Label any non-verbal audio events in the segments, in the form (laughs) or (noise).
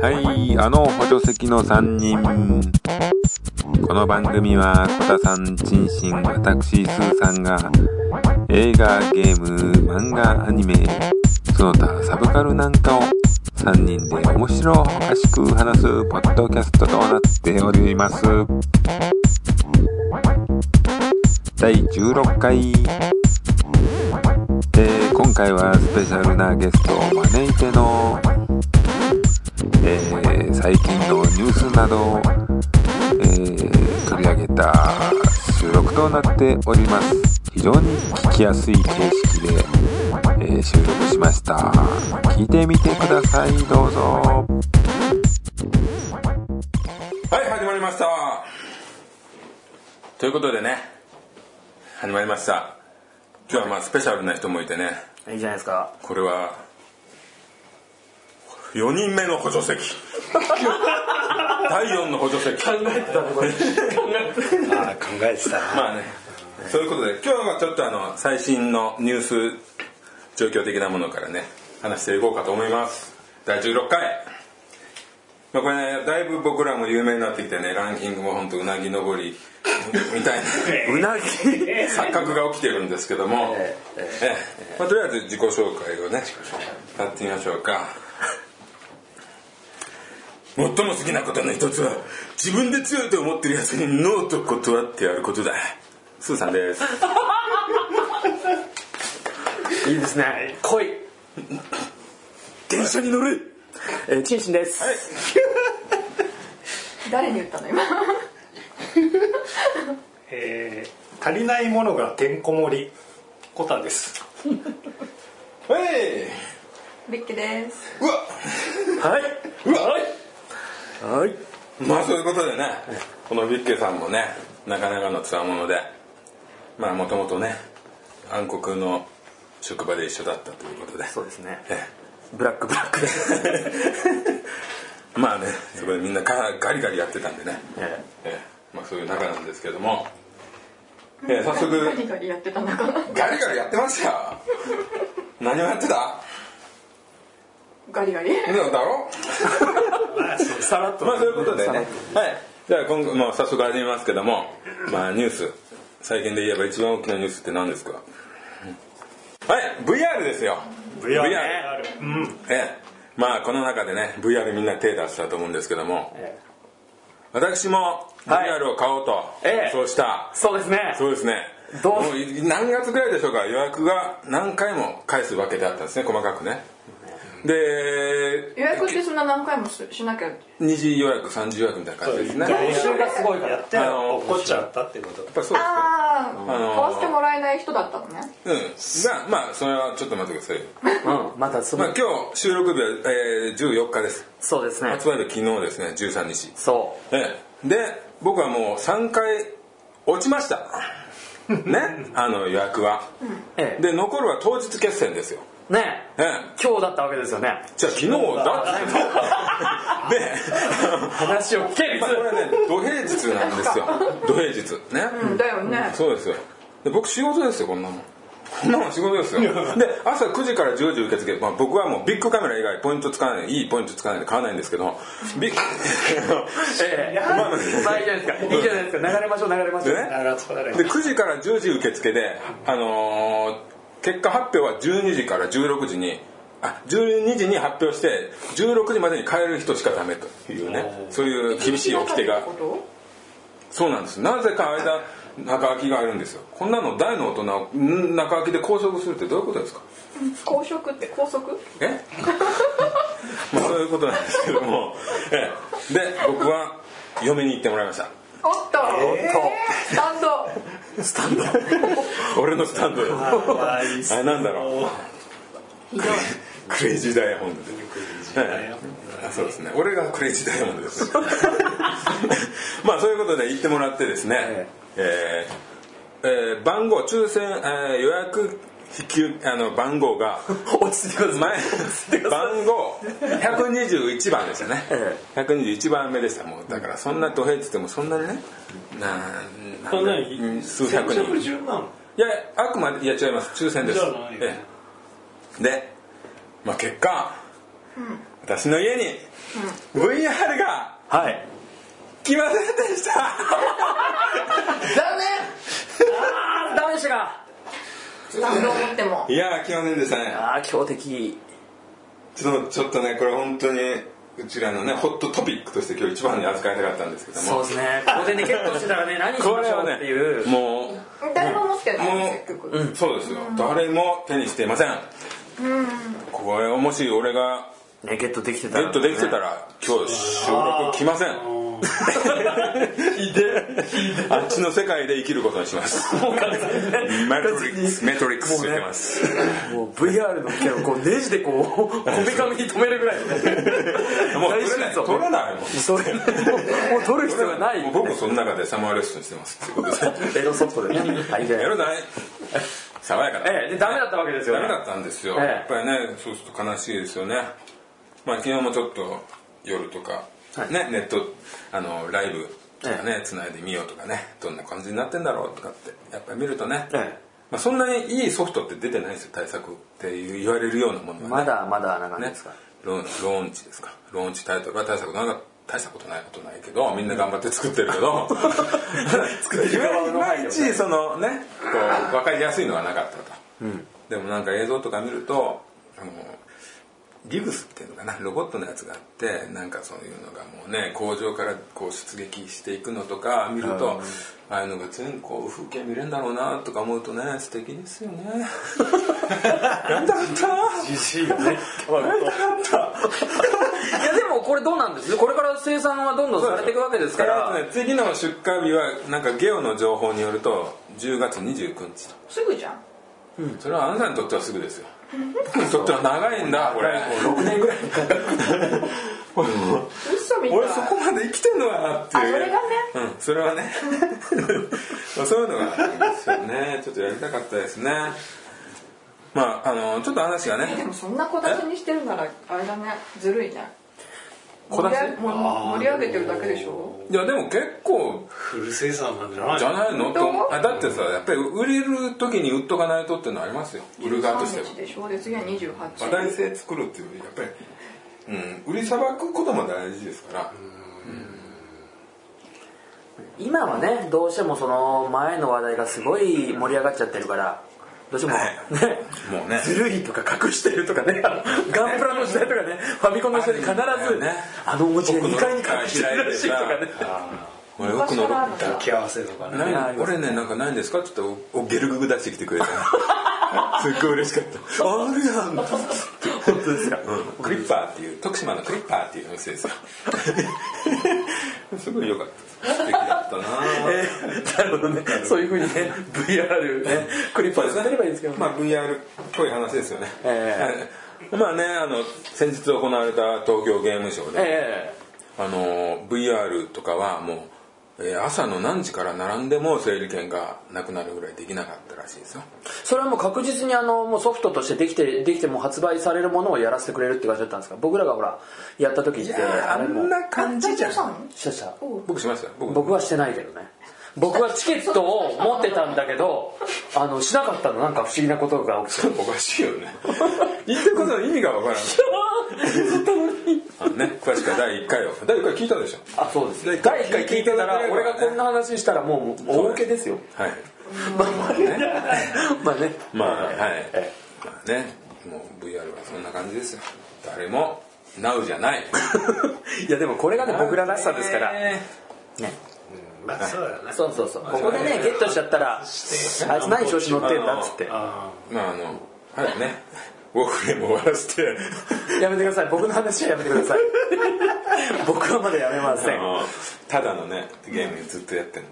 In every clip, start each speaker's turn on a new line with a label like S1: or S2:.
S1: はい、あの補助席の3人。この番組は、小田さん、チンシン、私、スーさんが、映画、ゲーム、漫画、アニメ、その他サブカルなんかを3人で面白おかしく話すポッドキャストとなっております。第16回。えー今回はスペシャルなゲストを招いてのえー最近のニュースなどを、えー取り上げた収録となっております非常に聞きやすい形式で、えー収録しました聞いてみてくださいどうぞはい始まりましたということでね始まりました今日はまあスペシャルな人もいてね
S2: いいじゃないですか。
S1: これは4人目の補助
S2: (laughs)
S1: 席第4の補助席
S2: 考えてたところ。考えてた。考えてた。
S1: まあねそういうことで今日はちょっとあの最新のニュース状況的なものからね話していこうかと思います第16回まあこれねだいぶ僕らも有名になってきてねランキングも本当うなぎ登りみたい (laughs) なうなぎ錯覚が起きてるんですけども、ええまあ、とりあえず自己紹介をねやってみましょうか最も好きなことの一つは自分で強いと思ってるやつにノーと断ってやることだスーさんです
S2: いいですね。来い。
S1: 電車に乗れ
S2: えー、チンシンです。
S3: 誰に言ったの今 (laughs)
S4: えー足りないものがてんこ盛りコタです
S1: えい
S3: ビッキです
S1: うわ
S2: はい。
S1: うわ
S2: はい。
S1: まあそういうことでねこのビッケさんもねなかなかのつわものでまあもともとね暗黒の職場で一緒だったということで
S2: そうですね。
S1: え
S2: ブラックブラック。
S1: え (laughs) まあねそこでみんなガガリガリやってたんでね、
S2: え
S1: ええまあ、そういう中なんですけども、ええ早速
S3: ガリガリやってたのかな
S1: ガリガリやってました (laughs) よ何をやってた
S3: (laughs) ガリガリ
S1: だろ
S2: さらっと。
S1: まあそういうことでね。はい。じゃあ今後もう早速始めますけども、まあニュース、最近で言えば一番大きなニュースって何ですかはい、VR ですよ。
S4: VR
S1: うん。ええ。まあこの中でね、VR みんな手出したと思うんですけども、
S2: え
S1: 私も
S2: はい
S1: VR を買おうと、
S2: ええ
S1: そうした。
S2: そうですね。
S1: そうですね。
S2: どう
S1: もい何月ぐらいでしょうか予約が何回も返すわけであったんですね細かくねで
S3: 予約ってそんな何回もししなきゃ
S1: 2次予約3次予約みたいな感じですね
S4: 練習がすごいからやって
S1: あの
S4: 怒っちゃったってこと
S1: やっぱそうですよ
S3: ああ
S1: あのー
S3: 買わせてもらえない人だったのね
S1: うんがまあそれはちょっと待ってくださいよ
S2: うん。またそ
S1: まあ
S2: の。
S1: 今日収録日は、えー、14日です
S2: そうですね
S1: 発。売日昨日ですね13日
S2: そ
S1: ええで僕はもう3回落ちま (laughs) したねあの予約は
S2: う。ええ。
S1: で残るは当日決戦ですよ
S2: ね
S1: ええ
S2: 今日だったわけですよね。
S1: じゃあ昨日だっつ (laughs) って
S2: 話を聞け
S1: で、
S2: る
S1: まあ、これね土平日なんですよ土平日ね、
S3: うんだよね
S1: そうですよで僕仕事ですよこんなもんこんなもん仕事ですよで朝9時から10時受付、まあ、僕はもうビッグカメラ以外ポイントつかないいいポイントつかないんで買わないんですけどビッグ (laughs)
S2: ええ。
S1: まあ
S2: まあいいじゃないですか。いいじゃないですか。流れましょう流れましょう。
S1: でね
S4: あらそうだね
S1: で9時から10時受付で、あのー結果発表は12時から16時にあ12時に発表して16時までに帰る人しかダメというねそういう厳しい掟が
S3: こ
S1: そうなんですなぜか間中空きがあるんですよこんなの大の大人をん中空きで拘束するってどういうことですか
S3: と公職って拘束
S1: えまあそういうことなんですけども、ええ、で僕は嫁に行ってもらいました
S3: おっとスタンド
S1: 俺のスタンドよ
S4: あいいっす
S1: あれなんだろう
S3: ひどい
S1: クレイジーダイヤモンドでええあそうですね俺がクレイジーダイヤモンドです (laughs) ねまあそういうことで行ってもらってですね、ええええ番号抽選、ええ予約引きあの番号 (laughs) が
S2: 落ち着いてくださ
S1: 前
S2: い。
S1: 番号121番でしたね
S2: え
S1: 121番目でしたもうだからそんなと平日でもそんなにねな
S4: そんな
S1: うん
S4: に
S1: 数百人い
S4: 10万
S1: やあくまでいや違います抽選です
S4: じゃあないよ
S1: ええで、まあ、結果私の家に VR が
S2: はい
S1: 来ませんでした
S2: あーダメでしたか
S3: 何度思っても
S1: いやー来ませんでしたね
S2: ああ強敵
S1: ちょっとちょっとねこれ本当にうちらのねホットトピックとして今日一番に扱いたかったんですけども
S2: そうですね (laughs) ここでね結構してたらね何し
S1: こ
S2: ま
S1: れ
S2: しょ
S1: は
S2: う
S1: ね
S2: っていう
S1: もう
S3: 誰も持ってない
S1: もう
S3: 結局、
S1: そうですよ誰も手にしていませんこれをもし俺が
S2: ねゲットできてた
S1: ゲ
S2: ら
S1: ットできてたら今日収録来ませんひであっちの世界で生きることにしますメトリックスメトリックス言ってます
S2: もう VR の件をこうネジでこうこめかみに止めるぐらいのね
S1: もう取れない
S2: 大手術を
S1: 取れないもん
S2: それもうもう取る必要がない
S1: もう僕その中でサマーレッスンしてますっていうことで
S2: エロソフトでね大変
S1: やるない爽やかな
S2: ええでダメだったわけですよ
S1: ダ
S2: ね
S1: メだったんですよ、
S2: ええ
S1: やっぱりねそうすると悲しいですよねまあ昨日もちょっと夜とか、
S2: はい
S1: ねネットあのライブとかねつないでみようとかねどんな感じになってんだろうとかってやっぱり見るとね、
S2: ええ
S1: まあ、そんなにいいソフトって出てないですよ対策って言われるようなものはね
S2: まだまだな感じ
S1: ね
S2: ですか、
S1: ローンローンチですかローンチタイトルは大したことない大したことないことないけどみんな頑張って作ってるけど (laughs) 作ってるいまいちそのねこう分かりやすいのはなかったと、でもなんか映像とか見るとあのリグスっていうのかなロボットのやつがあってなんかそういうのがもうね工場からこう出撃していくのとか見るとああいうのが全こう風景見れるんだろうなとか思うとね素敵です (laughs) よねやりたかった
S4: 自信がね
S2: いやでもこれどうなんですこれから生産はどんどんされていくわけですから、
S1: えーとね次の出荷日はなんかゲオの情報によると10月29日と
S3: すぐじゃん
S1: それはあなたにとってはすぐですよ (laughs) 僕にとっては長いんだこれ6年ぐらいかかる
S3: 嘘み
S1: (laughs)
S3: たい
S1: 俺そこまで生きてんのかなっていう
S3: あそれがね
S1: うんそれはね (laughs) まあそういうのがあるんですよねちょっとやりたかったですねまああのちょっと話が
S3: で
S1: ね
S3: もそんな小出しにしてるならあれだねずるいね
S1: 小出し
S3: 盛り上もう盛り上げてるだけでしょ
S1: いやでも結構
S4: フル生産なんじゃない
S1: じゃないのと
S3: 本当
S1: あだってさやっぱり売れる時に売っとかないとっていうのはありますよ売る側としては
S3: 23日でしょで次は28
S1: 話題性作るっていうよりやっぱり、うん、売りさばくことも大事ですから、
S2: 今はねどうしてもその前の話題がすごい盛り上がっちゃってるからどうしても
S1: はい
S2: ね
S1: もうね
S2: ずるいとか隠してるとかねあのガンプラの時代とかねファミコンの時代に必
S1: あるん
S2: ず
S1: だよね
S2: あのおもちゃ
S1: 奥の
S2: 2階に隠してるらしいとかね
S1: 俺奥のロ
S3: 昔からあるんだ
S1: ッ
S4: 抱き合わせとかね
S1: カー俺ねなんかないんですかちょっとおおゲルググ出してきてくれた (laughs) すっごい嬉しかったあるやん
S2: 本当ですか
S1: クリッパーっていう徳島のクリッパーっていうお店 (laughs) ですよすごい良かった素敵だったなぁ
S2: えーなるほどねそういうふうにね VR ねクリッパーでつなげればいいんですけどね
S1: まあ VR っぽい話ですよね、
S2: え
S1: はい (laughs) まあねあの先日行われた東京ゲームショウで、
S2: え
S1: あの VR とかはもう、えー朝の何時から並んでも整理券がなくなるぐらいできなかったらしいですよ
S2: えそれはもう確実にあのもうソフトとしてできてできてもう発売されるものをやらせてくれるって感じだったんですか僕らがほらやった時ってあれも
S1: な感
S3: さん
S2: したした
S1: 僕しましたよ僕
S2: 僕はしてないけどね僕はチケットを持ってたんだけどあのしなかったのなんか不思議なことが起きて
S1: おかしい
S2: (laughs)
S1: よね言ってることの意味がわからないあのね詳しくは第1回を第1回聞いたでしょ
S2: あそうです
S1: で
S2: 第1回聞いてたら
S1: 第一回聞いてたらね
S2: 俺がこんな話したらもう大受けですよ
S1: はい
S2: (laughs) まあね
S1: まあはい
S2: え
S1: まあねもう VR はそんな感じですよ誰も NOW じゃない
S2: (laughs) いやでもこれがね僕ららしさですからね
S1: ね
S4: まあそうだよね
S2: そうそうそうここでねゲットしちゃったらあいつ何調子乗ってんだっつって
S4: あ
S1: まああの早くねウォークレンも終わらせ
S2: (laughs)
S1: て
S2: やめてください僕の話はやめてください僕はまだやめません
S1: あのただのねゲームずっとやってる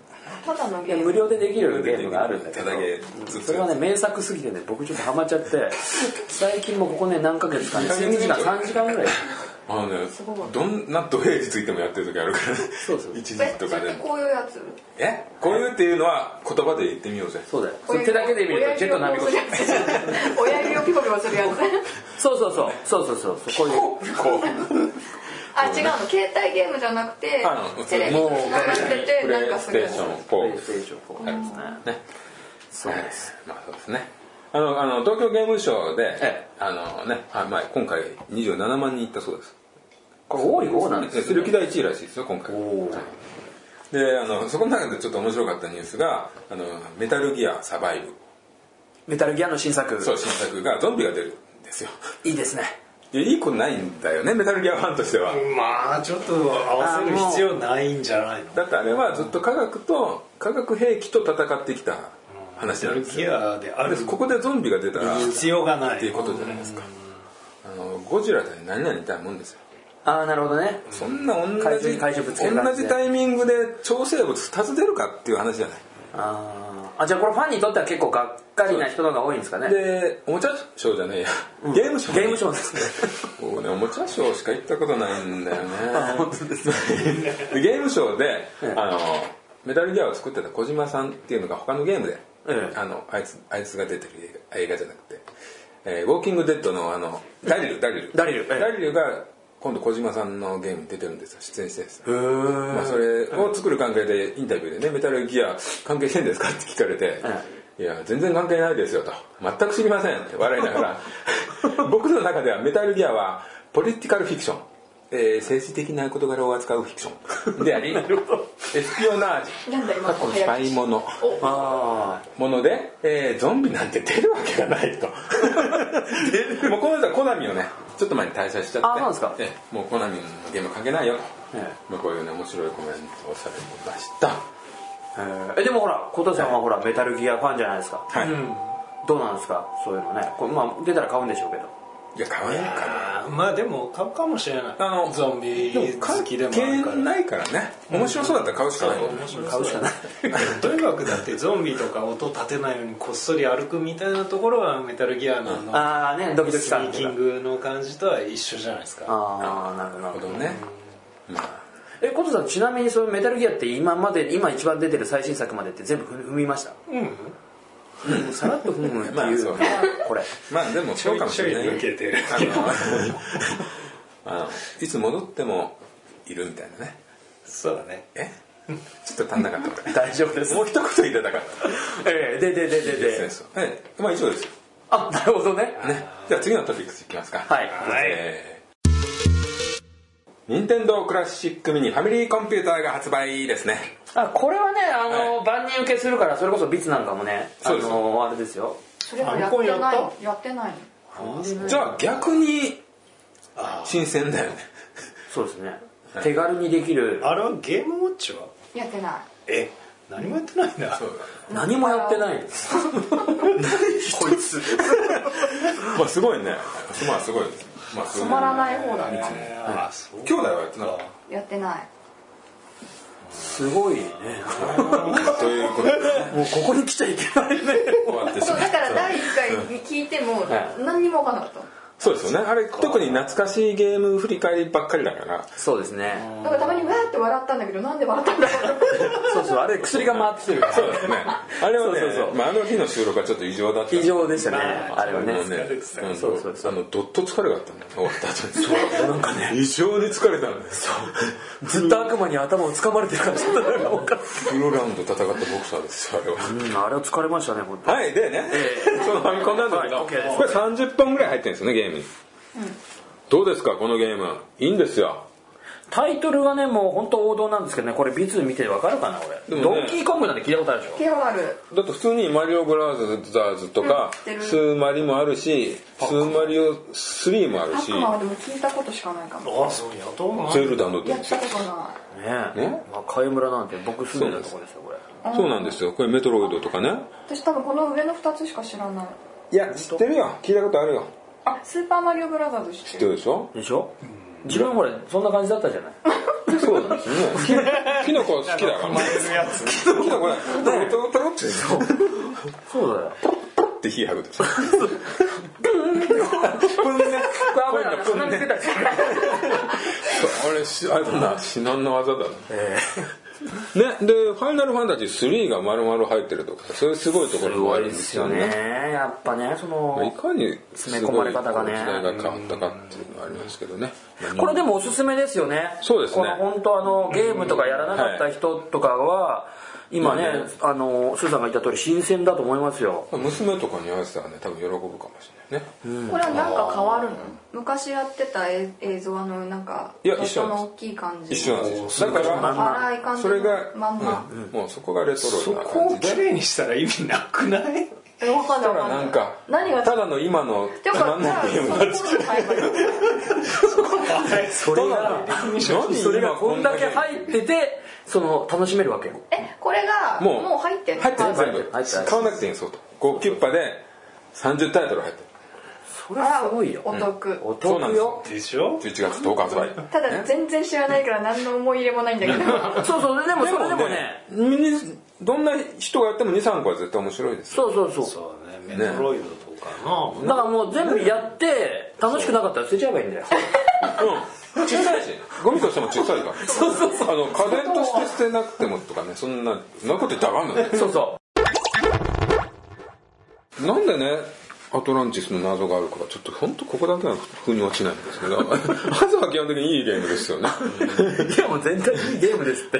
S3: ただの
S2: い
S3: ゲ
S2: や
S3: ー
S2: 無
S3: ム
S2: 料でできるゲームがあるんだけ
S1: た
S2: ど
S1: だゲー
S2: それはね名作すぎてね僕ちょっとハマっちゃって最近もここね何ヶ月かね睡眠時間3時間ぐらい
S1: あのねどんな土平日行ってもやってる時あるからね
S2: そうそう
S1: 一時
S3: え
S1: 期
S3: そ
S1: とかで
S3: れって
S1: も
S3: こういうやつ
S1: えこういうっていうのは言葉で言ってみようぜ
S2: そうだよそれ手だけで見るとジェットなめこ
S3: 親指を親指をピコピコするやつ
S2: そうそうそうそうそうそうそうこういう
S1: こ
S3: あ違うの携帯ゲームじゃなくて
S1: あの
S3: テレビに流れてて
S1: プ
S3: な
S1: レ
S3: ん
S1: イ
S3: か
S1: ス
S3: する
S1: テー
S3: やつ
S1: ション
S2: プレイ
S1: 4
S2: ステーション4ですね
S1: ね
S2: そうです
S1: まあそうですねあのあの東京ゲームショウで、
S2: え
S1: あのね、あまあ、今回27万人いったそうです
S2: これ多い方なんです
S1: ね歴代1位らしいですよ今回
S2: おお
S1: はいであのそこの中でちょっと面白かったニュースが「あのメタルギアサバイブ
S2: メタルギアの新」作
S1: そう新作がゾンビが出るんですよ (laughs)
S2: いいですね
S1: いやいいことないんだよねメタルギアファンとしては
S4: まあちょっと合わせる必要ないんじゃないの
S1: だってあれはずっと科学と科学兵器と戦ってきた話なんです
S4: ギ
S1: よ
S4: アであ
S1: で
S4: る
S1: ここでゾンビが出たらっ
S4: 必要がない
S1: ていうことじゃないですかあのゴジラ対何々たいもんですよ
S2: ああなるほどね
S1: そんな同
S2: 怪
S1: じ
S2: 獣怪獣ぶつける感
S1: 同
S2: じで
S1: じタイミングで超生物2つ出るかっていう話じゃない
S2: あーあじゃあこれファンにとっては結構がっかりな人のが多いんですかね
S1: でおもちゃショーじゃねえや、ゲームショー
S2: ゲームショー (laughs) ですね
S1: 僕ねおもちゃショーしか行ったことないんだよ
S2: (laughs)
S1: ね (laughs) でゲームショーで、
S2: ええ
S1: あのメタルギアを作ってた小島さんっていうのが他のゲームで、
S2: ええ
S1: あのあいつあいつが出てる映画映画じゃなくて、えーウォーキングデッドのあのダリルダリル
S2: ダリルええ
S1: ダリルが今度小島さんのゲームに出てるんですよ出演してるんですよ
S2: へー
S1: まあ、それを作る関係でインタビューでね「メタルギア関係してんですか?」って聞かれて「いや全然関係ないですよ」と「全く知りません」って笑いながら (laughs) 僕の中ではメタルギアはポリティカルフィクション、えー政治的な事柄を扱うフィクションでありエスピオナージ
S3: なんだ
S1: ュ過
S3: 今
S1: 去スパイもの
S2: あ
S1: もので、えーゾンビなんて出るわけがないともうこの人はコナミをねちょっと前に退社しちゃって
S2: あそうなんですか
S1: ええもうコナミのゲームは関係ないよと、
S2: え
S1: まあ、こういうね面白いコメントをされてました
S2: あ、えー、でもほら琴さんはほらメタルギアファンじゃないですか
S1: はい、
S2: どうなんですかそういうのねこれまあ出たら買うんでしょうけど
S1: いや可愛いか
S4: あーまあでも買うかもしれな
S1: な
S4: い
S1: あの
S4: ゾンビ
S1: でも
S4: 好
S1: 関
S4: きでもあるか
S1: 係
S4: ら
S1: ないからね面白そうだったら買うしかないもんね
S2: 買うしかない
S4: とにかくだってゾンビとか音立てないようにこっそり歩くみたいなところはメタルギアのあの
S2: ああねドキドキ
S4: スニ
S2: 感
S4: ーキングの感じとは一緒じゃないですか
S2: ああなるほど
S1: なる
S2: なるほ
S1: ほ
S2: ど
S1: どねまあ
S2: え琴さんちなみにそのメタルギアって今まで今一番出てる最新作までって全部踏踏みました
S4: うん
S2: もうさらっと踏むって
S1: まあ
S2: い
S1: そううね
S2: これ
S1: まあでも
S4: ち
S1: そ
S4: ょ
S1: うか
S4: い
S1: もし
S4: ちょい
S1: れないよ
S4: 抜けてる
S1: あのあのいつ戻ってもいるみたいなね
S4: そうだね
S1: えちょっと足んなかったこれ
S2: (laughs) 大丈夫です
S1: もう一言言いたかった
S2: (laughs) ええででででで
S1: ええまあ以上ですよ
S2: あなるほどね
S1: ねじゃあ次のトピックスいきますか
S2: はい
S4: はい
S1: えー任天堂クラシックミニファミリーコンピューターが発売ですね
S2: あこれはねあの、万人受けするからそれこそビツなんかもねあ
S1: そうです
S2: のあれですよ
S3: それはやってない
S4: アルコンやっ
S3: やってないの
S1: じゃあ逆に
S4: あ
S1: 新鮮だよね
S2: そうですね手軽にできる
S4: あれはゲームウォッチは
S3: やってない
S4: え何もやってないんだ
S2: 何もやってないですこいつ
S1: まあすごいねまあすごいまあすご
S3: 染まらない方だね
S4: えーあそう
S1: 兄弟はやってなかっ
S3: やってない
S2: すごいね
S1: たということで
S2: もうここに来ちゃいけないね
S1: 終わってし
S3: そ
S1: まっ
S3: うだから
S1: た
S3: 第1回に聞いても
S2: はい
S3: 何にも分かんなかった
S1: そうですよねあれ特に懐かしいゲーム振り返りばっかりだから
S2: そうですね
S3: だからたまにわーって笑ったんだけどなんで笑ったんだろう
S2: (laughs) そうそうあれ薬が回ってきてるから
S1: そうですね (laughs) あれはね
S2: そうそうそう
S1: まあ、あの日の収録はちょっと異常だった
S2: 異常でしたね
S4: まあ
S2: あれはね
S1: もうねうん
S2: そうそうそう
S1: あのどっと疲れがあったんだよね終わった後にそうなんかね異常に疲れたんだよ
S2: ずっと悪魔に頭を掴まれてる感じだったのが分かる
S1: プロラウンド戦ったボクサーですよあれは
S2: うんあれは疲れましたね本当に
S1: はいでね、そのファミコンなんだけど、
S2: はい OK です
S1: これ30本ぐらい入ってるんですよねゲームに、どうですかこのゲームいいんですよ
S2: タイトルがねもう本当王道なんですけどねこれビツ見て分かるかな俺、
S1: も
S2: ド
S1: ね
S2: ンキーコングなんて聞いたことあるでしょ
S3: ケアある
S1: だって普通に「マリオブラザーズ」とか
S3: う
S1: 「
S3: ん知ってる
S1: スーマリ」もあるし「スーマリオ3」もある
S3: 悪
S1: し
S3: 魔はでも聞いたことしかないかも
S4: あそうやったこと
S1: 「
S4: な
S1: ゼ
S4: い
S1: ルダの伝
S3: やっ
S1: 説
S3: たことな
S2: ねえ、
S1: ね
S2: まあ、貝村なんて僕住んでたとこですよこれ」
S1: そうなんですよこれ「メトロイド」とかね
S3: い私多分この上の2つしか知らない
S1: いや知ってるよ聞いたことあるよ
S3: あスーパーマリオブラザーズ
S1: 知
S3: 知
S1: っ
S3: っ
S1: てて
S3: る
S1: るでしょ
S2: でしょ、自分ほらそんな感じだったじゃない
S1: そうなんですねきキノコ好きだからね
S4: えるやつ
S1: キノコねトロトロってそう
S2: (laughs) そうだよ
S1: って火吐くでしょプンね
S2: 危ない
S1: プンねあれしあれだな至難の技だな、ねで「ファイナルファンタジー3」が丸々入ってるとかそういうすごいところ
S2: す
S1: もあ
S2: ごい
S1: るん
S2: で
S1: です
S2: す
S1: よ
S2: よ
S1: ね
S2: ねやっぱねそ
S1: い
S2: の
S1: かにす
S2: 詰め込
S1: ご
S2: ま
S1: い
S2: れ
S1: 時
S2: 方がね
S1: 代が変わったかっていうのはありますけどね、まあ
S2: これでもおすすめですよね
S1: そうですね
S2: この本当あのゲームとかやらなかった人とかは、今ね、
S1: まあね
S2: あのスーさんが言った通り新鮮だと思いますよ
S1: 娘とかに会わせたらね多分喜ぶかもしれないね、
S3: これはなんか変わるの昔やってた映映像あのなんか
S1: いや一緒
S3: 音
S1: なんです
S3: の大きい感じ
S1: 一緒なんですよだから
S3: 荒い感じ
S1: それが、
S3: まんま、
S1: うんもうそこがレト
S4: そ
S1: ロな
S4: こを
S1: 感じ
S4: き
S1: で
S4: れいにしたら意味なくない
S3: えわかんない
S1: た
S3: わ
S1: ら
S3: かんない
S1: なんか
S3: 何が
S1: ただの今の
S3: て
S1: つ
S3: か
S1: まんないゲームになっちゃう
S3: じゃあそこの方が
S2: それが
S1: 何
S2: それがこんだけ
S1: 入
S2: 入っててその楽しめるわけよ
S3: えこれが
S1: も
S3: も
S1: う
S3: う入ってる
S1: 入ってる
S2: 入
S1: 全
S2: ってる
S1: 部
S2: 入ってる
S1: 買わなくていいんですよとゴーキュッパで30タイトル入って
S2: それはすごいよ
S3: お得
S2: お
S1: そうなん
S2: 得
S1: です
S2: よ
S1: よ
S4: でしょ
S1: る11月10日発売
S3: ただ全然知らないから何の思い入れもないんだけど
S2: そうそうでもそれでもね
S1: ねどんな人がやっても23個は絶対面白いです
S2: そうそうそう
S4: そうねメトロイドとかの、
S2: だからもう全部やって楽しくなかったら捨てちゃえばいいんだよ
S1: うん小さいしゴミとしても小さいから (laughs) そうそうそうあの家電として捨てなくてもとかねそんなそんなこと言ったらあかんのね
S2: (laughs) そうそ
S1: なんでねアトランティスの謎があるかがちょっと本当ここだけは腑に落ちないんですけど (laughs) まずは基本的にいいゲームですよね (laughs)
S2: ういやもう全体いいゲームですって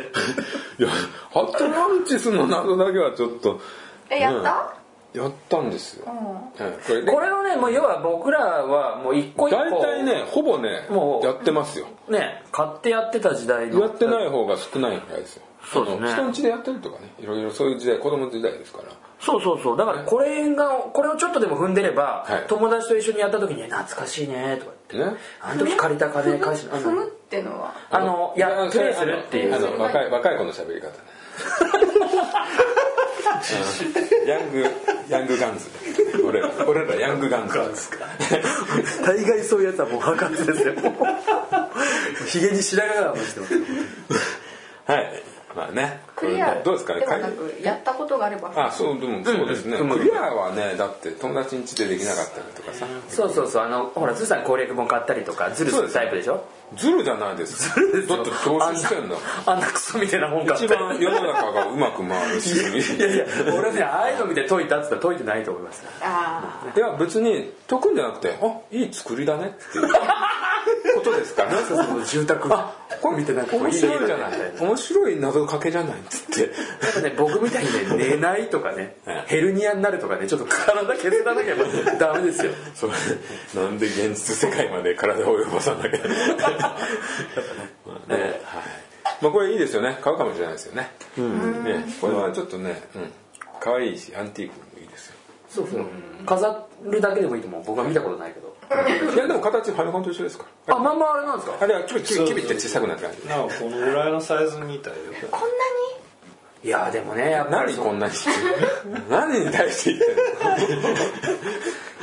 S1: いやアトランティスの謎だけはちょっと
S3: えやった、
S1: やったんですよ、はいこれね
S2: これをねもう要は僕らはもう一個一個
S1: 大体ねほぼね
S2: もう
S1: やってますよ
S2: ね買ってやってた時代の
S1: やってない方が少ないぐらいですよ
S2: そうですね
S1: あの人ん家でやってるとかねいろいろそういう時代子供時代ですから
S2: そうそうそうだからこれがこれをちょっとでも踏んでれば、
S1: はい
S2: 友達と一緒にやった時に「懐かしいね」とか言って、
S1: ね
S2: あの時借りた金返しあ
S3: 踏む
S2: の
S3: ってのは
S2: あのいや
S1: あ
S2: プレイするってい
S1: あのあ
S2: う
S1: の若い若い子の喋
S2: (laughs)
S1: り方ねうんヤングヤングガンズ俺ら俺らヤングガンズ
S2: 大概そういうやつはもう破活ですよ (laughs) ひげに白髪がしてます
S1: はいまあね
S3: クリア
S1: これねどうですかね
S3: ではなくやったことがあれば
S1: あそうでもそうですね、
S2: うんうん
S1: クリアはねだって友達ん家でできなかったりとかさ
S2: そうそうそうあのほらズーさん攻略本買ったりとかズルするタイプでしょ
S1: ズルじゃないです
S2: ズルです
S1: だ
S2: よ
S1: って投資してんだもん
S2: あんなクソみたいな本買って
S1: 一番世の中がうまく回る仕組み
S2: いやいや俺ねああいうの見て解いたっつったら解いてないと思います
S3: あ
S1: いや別に解くんじゃなくてあいい作りだねっていうことですから
S2: (laughs) そうそうそう住宅これ見てなんかこう
S1: 面白いじゃな
S2: 家みた
S1: い面白い謎かけじゃないっつって
S2: なんかね、僕みたいにね、寝ないとかね、 (laughs) ヘルニアになるとかね、ちょっと体削らなきゃダメですよ。
S1: (laughs) それなんで現実世界まで体を及ぼさ
S2: (laughs)
S1: なきゃまあねはいまあこれいいですよね買うかもしれないですよね,、ねこれはちょっとね、うん、可愛いしアンティークもいいですよ
S2: そうそう。飾るだけでもいいと思う。僕は見たことないけど。
S1: いやでも形ファミコンと一緒ですから
S2: あ、まんまあれなんですか
S1: あれはキビキビキビって小さくなってる感じ
S4: なんかこのぐらいのサイズみたいよ
S3: あこん
S2: いやーでもね、やっぱり
S1: 何
S2: そ
S1: こ
S2: の。
S1: んなに何に対して言ってんの
S2: い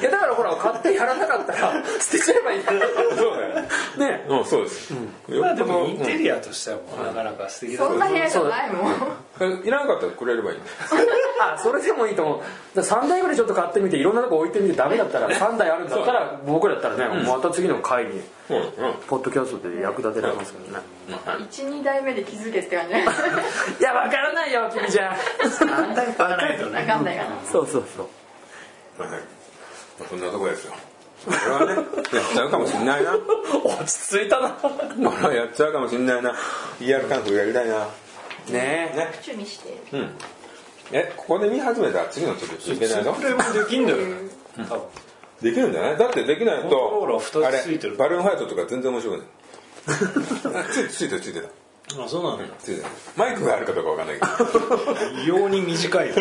S2: や、だからほら、買ってやらなかったら、捨てちゃえばいいんだ
S1: そうだよね
S2: ね。
S1: うんそうです、よ
S4: まあ
S1: っ
S4: で
S1: ぽど
S4: もインテリアとしてはもうなかなか素
S3: な
S4: 敵
S3: に
S4: だ
S3: そんな部屋じゃないもん
S1: うんいらなかったらくれればいい
S2: あ、それでもいいと思う。だ3台ぐらいちょっと買ってみて、いろんなとこ置いてみて、ダメだ (laughs) ったら、3台あるんだったら、僕だったらね、また次の回に、
S1: うんうん
S2: ポッドキャストで役立てられますからね。
S3: 12代目で気づけって感じ
S2: いや、わからないよ、君じゃ。
S4: 何台かないと
S3: (laughs) わ
S4: ね
S3: かんないかな
S2: そうそうそう。
S1: まあねまあそんなとこですよ俺はねやっちゃうかもしんないな
S2: 落ち着いたな。
S1: 俺はやっちゃうかもしんないな ER カンフルやりたいな
S2: ねえ。
S3: 趣味して
S1: えここで見始めたら次の時いけないの
S4: それもできんだよね多分
S1: できるんじゃないだってできない
S4: コントロ
S1: と
S4: ーラー二つついてる
S1: あれバルーンファイトとか全然面白くないあついついてるついてる
S4: あそうなんだ
S1: ついてるマイクがあるかどうかわかんないけど
S4: 異様に短いよ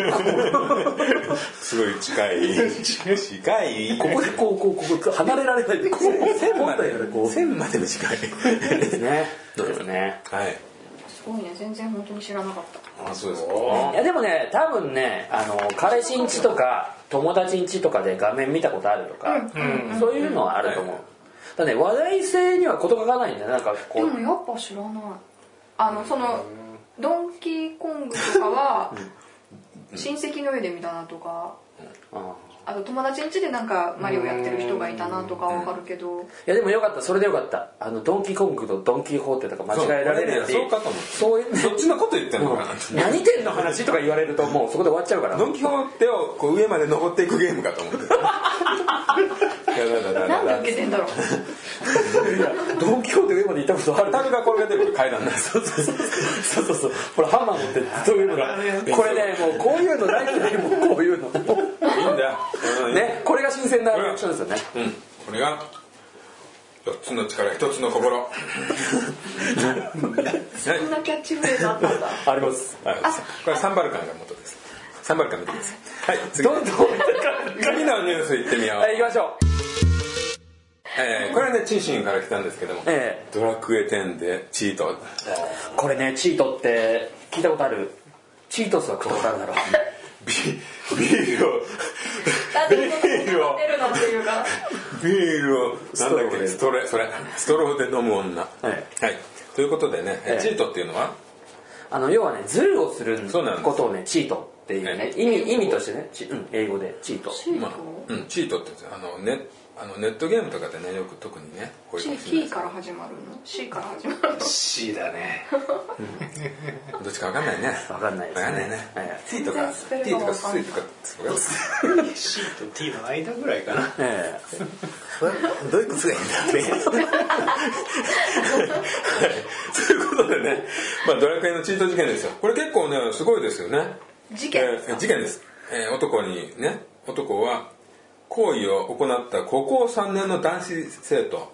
S1: すごい近い近い
S2: ここでこうこうここ離れられないこう
S1: 線まで
S2: こう
S1: 線まで短い
S2: ですねそうですね
S1: はい
S3: すごいね全然本当に知らなかった
S1: あそうですか
S2: いやでもね多分ねあの彼氏ん家とか友達ん家とかで画面見たことあるとか、そういうのはあると思う、だね話題性には事欠かないんだよなんかこ
S3: で
S2: う、
S3: もやっぱ知らないあのそのドンキーコングとかは親戚の家で見たなとか
S2: うん
S3: あと友達ん家でなんかマリオやってる人がいたなとかはわかるけど
S2: いやでもよかったそれでよかったあのドンキーコングとドンキーホーテとか間違えられるし
S1: そう俺ねそうかと思う
S2: そういう
S1: そっちのこと言ってんのかな
S2: 何店の話とか言われるともうそこで終わっちゃうから
S1: ドン・キホーテをこう上まで登っていくゲームかと思ってたやだだだ
S3: な
S1: だ
S3: んで受けてんだろう
S2: 同郷で上まで行ったことある
S1: タルがこれが出る階段なんです
S2: そうそうそうそうそうそうこれハンマー持ってずっと上のがこれねもうこういうの大嫌いもうこういうの
S1: いいんだよ、
S2: ねこれが新鮮なリアクションですよね
S1: うん、これが4つの力1つの心はい
S3: (laughs) そんなキャッチフレーズあったんだ
S2: あります
S1: これはサンバルカンが元ですサンバルカン見てくださいはい次
S2: どんどん
S1: 次のニュースいってみよう、
S2: はい行きましょう
S1: えーこれはねチンシンから来たんですけども、
S2: え
S1: ドラクエ10でチート
S2: これねチートって聞いたことあるチートスは食ったことあるだろう
S1: ビビールを
S3: (laughs)
S1: (laughs)
S3: なん
S1: ビ
S3: でこん (laughs) な
S1: ールを
S3: 出るのっていうか
S1: ビールをなんだっけ
S2: ス
S1: ストレそれストローで飲む女はいい、ということでね、
S2: ええ
S1: チートっていうのは
S2: あの要はねズルをする
S1: そうなんです
S2: ことをねチートっていうね
S1: え
S2: 意味意味としてねチうん英語でチート
S3: チー
S1: ま
S3: ト
S1: あうん、チートって言うんですよあのねあのネットゲームとかでねよく特にねこういう
S3: チ
S1: の
S3: ー
S1: す
S3: T
S1: る
S3: から始まるの C から始まるの
S4: C だね
S1: どっちかわかんないね
S2: わかんないですね
S1: わかんないね
S2: え
S1: T とか
S3: 全然スペ
S1: T
S3: ル
S1: と
S3: がわ
S1: か
S3: かん
S1: S
S3: ない
S1: とか S とか
S4: C と T の間ぐらい (laughs) かな
S2: ええ
S1: どういう靴がいいんだってということでね、まあ、ドラクエのチート事件ですよこれ結構ねすごいですよね
S3: 事件です
S1: えー
S3: か
S1: 事件です、えー男にね男は行為を行った高校3年の男子生徒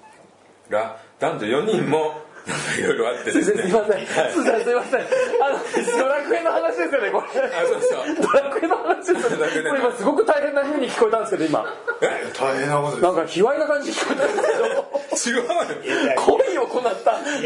S1: ら男女4人もなんかいろいろあってです
S2: すい
S1: ね
S2: ません、すいません、すいません。あの、ドラクエの話ですよね、これ。
S1: あそうそう
S2: ドラクエの話ですよ
S1: ドラクエね
S2: ね。これ今すごく大変な風に聞こえたんですけど、今。
S1: え
S4: 大変なこと
S2: なんか卑猥な感じに聞こえたんです
S1: 違う
S2: け
S1: よ
S2: ど、恋を行った男性とか言うと、何言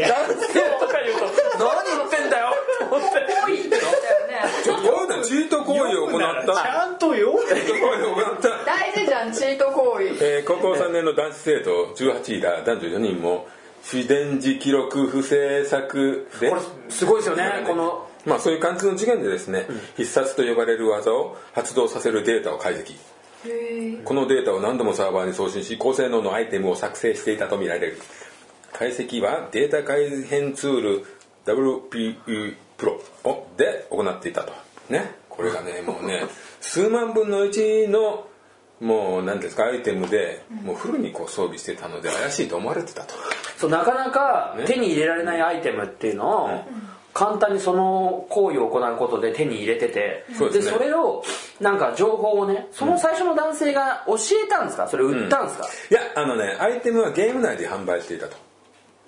S2: ってんだよって思って。
S3: 恋って言ったよね
S1: ちょこういうのチート行為を行った
S4: ちゃんと読んで
S1: チート行為を行った
S3: (laughs) 大事じゃんチート行為
S1: えー高校3年の男子生徒18位ら男女4人も自伝寺記録不正作で
S2: これ、すごいですよね、この。
S1: まあそういう感じの事件でですね、必殺と呼ばれる技を発動させるデータを解析
S3: へえ
S1: このデータを何度もサーバーに送信し高性能のアイテムを作成していたとみられる解析はデータ改変ツール WPE プロをで行っていたとねこれがねもうね (laughs) 数万分の1のもう何ですかアイテムでもうフルにこう装備してたので怪しいと思われてたと
S2: そう、なかなか
S1: ね
S2: 手に入れられないアイテムっていうのを、簡単にその行為を行うことで手に入れてて、
S1: そうですね
S2: それを、なんか情報をね、その最初の男性が教えたんですかそれ売ったんですか、
S1: いやあのねアイテムはゲーム内で販売していたと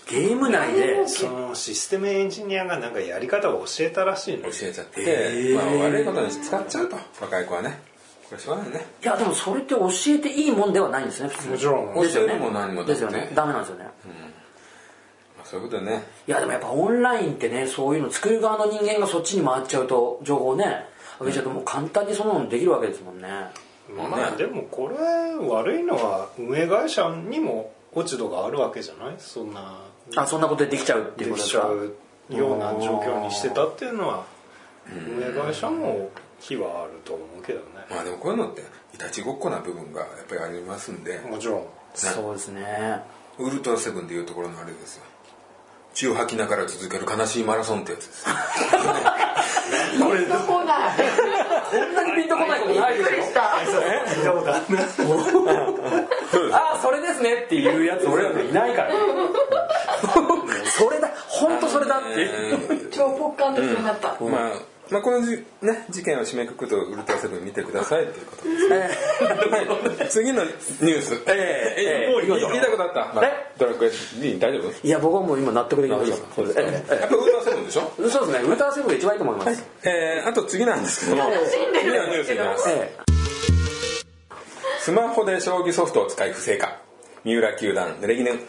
S2: ゲーム内で
S4: そのシステムエンジニアがなんかやり方を教えたらしいの
S1: 教えちゃって、
S2: へー
S1: まあ、悪いことに使っちゃうと若い子はねこれしょうがないね
S2: いやでもそれって教えていいもんではないんですね普通
S4: もちろん
S1: 教えても何もだ
S2: で
S1: っ
S2: す
S1: て
S2: よね
S1: ね
S2: ダメなんですよね、い
S1: まあそういうことでね
S2: やでもやっぱオンラインってねそういうの作る側の人間がそっちに回っちゃうと情報ねあげちゃうともう簡単にそんなのできるわけですもんね
S4: まあでもこれ悪いのは運営会社にも落ち度があるわけじゃないそんな
S2: あそんなことでできちゃうっていうこ
S4: で
S2: とで
S4: き
S2: す
S4: ち
S2: か
S4: ゃうような状況にしてたっていうのは運営会社も非はあると思うけどね
S1: まあでもこういうのっていたちごっこな部分がやっぱりありますんで
S4: もちろん
S2: そうですね
S1: ウルトラセブンでいうところのあれですよ血を吐きながら続ける悲しいマラソンってやつです
S3: そんなコーナー
S2: こんなにピンとこないことない
S3: び
S2: で
S3: っくり
S2: すよ
S3: した
S4: 聞いたことあるな
S2: ああそれですねっていうやつ俺らいないからね (laughs) それだ本当それだっていう
S3: 超ポッカンとするなった
S1: まあまあこのじ、ね、事件を締めくくるとウルトラセブン見てくださいっていうことです
S2: え
S1: はい (laughs) 次のニュースえ
S2: えええ
S1: 聞いたことあった、まあ
S2: え
S1: ドラクエ D 大丈夫
S2: ーいや僕はもう今納得できましたそれでええ
S1: やっぱウルトラセブンでしょ
S2: そうですね、ウルトラセブンが一番いいと思います。
S1: えー、あと次なんですけども
S3: 楽しんで
S1: 次
S3: る
S1: の
S3: ん
S1: ニュー
S3: で
S1: ス
S3: すけ
S1: に
S3: ど
S1: なります
S2: え
S1: スマホで将棋ソフトを使い不正か三浦球団レギ年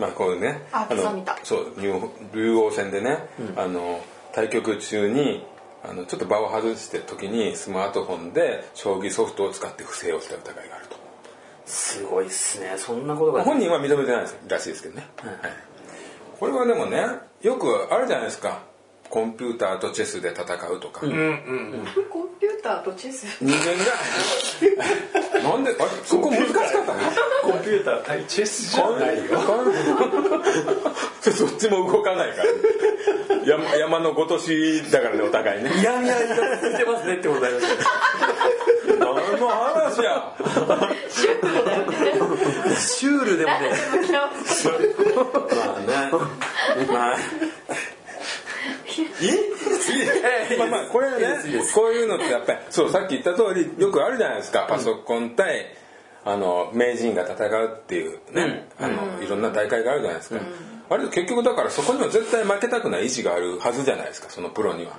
S1: まあこういうね
S3: あそうみたい
S1: そう竜王竜王戦でね、あの対局中にあのちょっと場を外してる時にスマートフォンで将棋ソフトを使って不正をした疑いがあると
S2: すごいっすね、そんなことが。
S1: 本人は認めてないらしいですけどね、はい、これはでもねよくあるじゃないですかコンピューターとチェスで戦うとか、
S3: コンピューターとチェス
S1: 人間が (laughs) なんであれそこ難しかったね
S4: コンピューター対チェスじゃないよ
S1: そそっちも動かないから山山のごとしだからねお互いね
S2: いやいやいや、似てますねってことだよ。
S1: 何の話や
S3: シュッとだよね
S2: シュールでもね
S3: でも嫌われてる
S1: まあねまあえ (laughs) まあまあこれねこういうのってやっぱりそうさっき言った通りよくあるじゃないですかパソコン対あの名人が戦うっていうね、あのいろんな大会があるじゃないですか、あれ結局だからそこには絶対負けたくない意志があるはずじゃないですかそのプロには、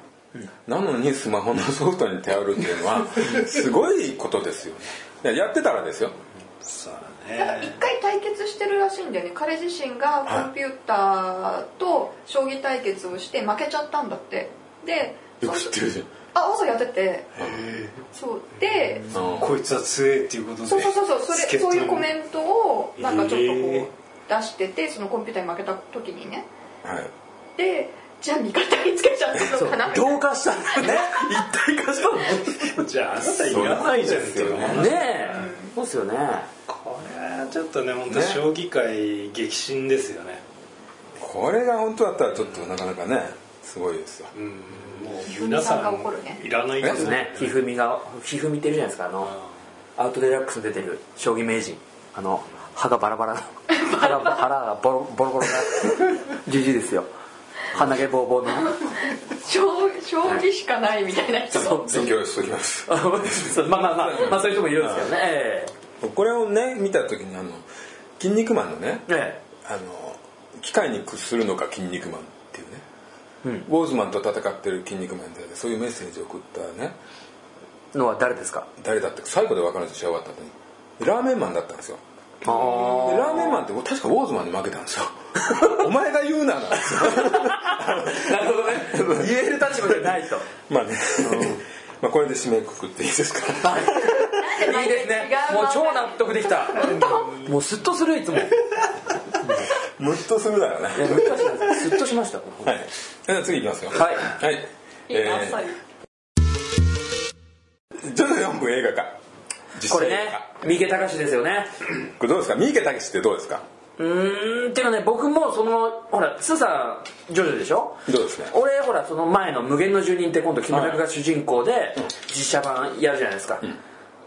S1: なのにスマホのソフトに頼るっていうの (laughs) はすごいことですよねやってたらですよ
S4: そう
S3: な
S4: だ
S3: んか一
S4: ね
S3: 回対決してるらしいんだよね彼自身がコンピューターと将棋対決をして負けちゃったんだってで
S1: よく知ってるじゃん
S3: あ朝やっててそうで
S1: あの
S4: こいつは強えっていうことで
S3: そうそうそうそうそれ
S4: 助っ人
S3: そう
S4: に
S3: いうコメントをなんかちょっと
S4: へ
S3: こ
S4: え
S3: う出しててそのコンピューターに負けた時にね
S1: はい
S3: でじゃあ味方につけちゃったのかなみたいな
S2: 同化したんだね一体化したのね
S4: じゃああなたいらないじゃんっていう話
S2: えそうですよね
S4: これはちょっとね本当将棋界激震ですよね
S1: これが本当だったらちょっとなかなかねすごいですよ
S4: うんもう皆さ
S3: さんが怒るね
S4: んいらない
S2: そうですねひふみがひふみっているじゃないですかあのアウトデラックスに出てる将棋名人あの歯がバラバ (laughs) ラの腹が腹がボロボロボロなじじいですよ鼻毛ボーボーの
S3: 将将棋しかないみたいな人
S2: そう
S1: 勉強しときます
S2: あそうまあまあまあ、まあ、そういう人もいるんですけどねえ
S1: これをね見た時にあの「筋肉マン」のね
S2: ええ
S1: あの機械に屈するのか筋肉マンっていうね、
S2: うん
S1: ウォーズマンと戦ってる筋肉マンに対してそういうメッセージを送ったね
S2: えのは誰ですか
S1: 誰だって最後で分かるんですよ終わった後にでラーメンマンだったんですよ
S2: ああ
S1: でラーメンマンって確かウォーズマンに負けたん (laughs) ですよお前が言うななんですよ
S2: (laughs) なるほどね (laughs) 言える立場じゃないと
S1: (laughs) まあねまあこれで締めくくっていいですか
S2: いいですねもう超納得できたもうスッとするいつも
S1: ムッとするだろうね
S2: スッとしました
S1: はい。じゃあ次いきますよ。
S2: はい
S1: はい。
S3: いいな
S1: え
S3: そういう
S1: ー徐々に4分映画化。実
S2: こ
S1: 写
S2: れ
S1: 映
S2: ね
S1: 画化
S2: 三池隆ですよね
S1: これどうですか三池武史ってどうですか
S2: うーんっていうかね僕もそのほらスーさんジョジョでしょ
S1: どうですね
S2: 俺ほらその前の「無限の住人」って今度木村拓哉が主人公で実写版やるじゃないですか、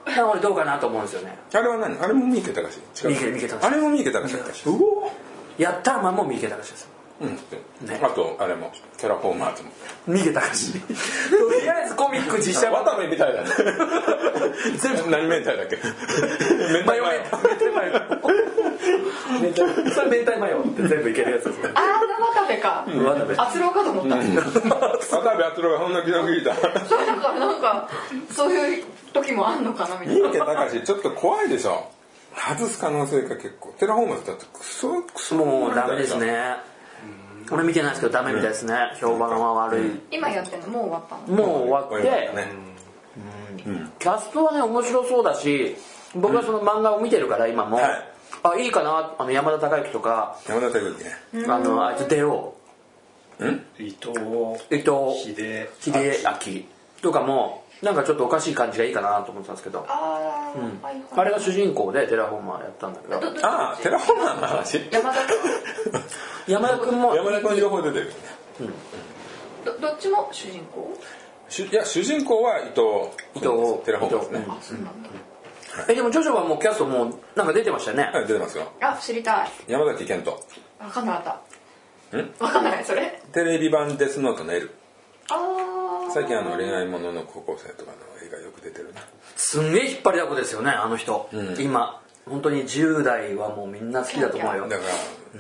S2: だから俺どうかなと思うんですよね
S1: あれは何あれも三池隆史違う
S2: 三池三池隆史
S1: あれも三池隆史だったうお
S2: やったらまんも三池隆ですよ
S1: うん。
S2: ね
S1: あと、あれも、テラフォーマーズも。
S2: 三池隆とりあえずコミック実
S1: (laughs)
S2: 写版
S1: 渡部みたいだね。
S2: (laughs)
S1: 全部何明太だっけ明太
S2: マヨ明太マヨ明太マヨそれ明太マヨって全部いけるやつですね
S3: ああの渡部か
S2: 渡部
S3: あつろうかと思った、
S1: 渡部篤郎がそんな気の利いた。
S3: それだからなんかそういう時もあんのかなみたい
S1: 三
S3: な
S1: 池隆史ちょっと怖いでしょ。外す可能性が結構。テラフォーマーズだってクソ、クソ。
S2: もうダメです。ね俺見てないですけどダメみたいですね評判は悪い
S3: 今やってんのもう終わったの
S2: もう終わっ
S1: こういう
S2: て
S1: のがね
S2: キャストはね面白そうだし僕はその漫画を見てるから今も
S1: はい
S2: あいいかなあの山田孝之とか
S1: 山田孝之ね。
S2: あのあいつ出よ
S4: 伊藤
S2: う伊藤
S4: 秀
S2: 秀明とかもなんかちょっとおかしい感じがいいかなと思ってたんですけど
S3: ああ、はいはい
S2: あれが主人公でテラフォーマーやったんだけど
S3: どど
S1: ああ、テラフォーマーの話。
S3: 山田君
S2: 山田君も
S1: 山田君の情報出てるよね
S3: どどっちも主人公
S1: 主いや主人公は伊藤
S2: 伊藤
S1: テラフォーマーですね
S3: あそうなんだ
S2: えでもジョジョはもうキャストもうなんか出てましたよね
S1: はい出てますよ
S3: あ知りたい
S1: 山崎賢人
S3: 分かんなかった分かんないそれ
S1: テレビ版「デスノートの L
S3: あ」あ
S1: 最近あの恋愛ものの高校生とかの映画よく出てるな
S2: すんげえ引っ張りだこですよねあの人、今本当に10代はもうみんな好きだと思うよ
S1: だか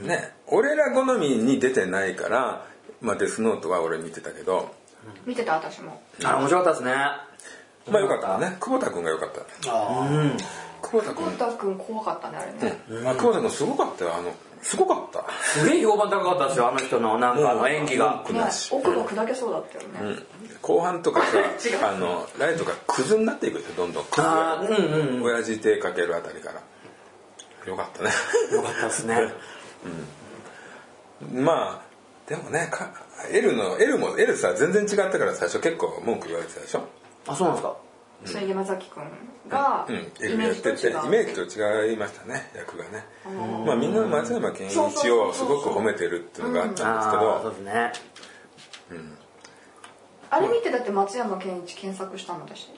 S1: らね俺ら好みに出てないからまあデスノートは俺見てたけど
S3: 見てた私も
S2: あれ面白かったですね
S1: まあよかったね久保田君がよかったね
S4: あ
S1: 久保田
S3: コ
S1: 君
S3: ンタ君怖かったねあれね
S1: あ久保田君すごかったよあのすごかった
S2: すげえ評判高かったですよあの人のなんかあの演技が
S1: 文句
S3: ね
S1: なし
S3: 奥歯砕けそうだったよね、
S1: 後半とか (laughs) さあのライトがクズになっていくでしょどんどん
S2: あーうんうん
S1: 親父手かけるあたりからよかったね (laughs)
S2: よかったですね
S1: まあでもねか L の L も L さ全然違ったから最初結構文句言われてたでしょ
S2: あそうなんですか
S3: それ山崎君が
S1: うん
S3: イ
S1: L
S3: メ
S1: や
S3: ー
S1: っ
S3: ジと
S1: てて
S3: 違う
S1: イメージと違いましたね役がねまあみんな松山ケンイチ
S3: そうそう
S1: をす
S3: そう
S1: ごく褒めてるっていうのがあったんですけ
S2: ああそ
S1: ど
S2: うですね
S3: あれ見てだって松山ケンイチ検索したの私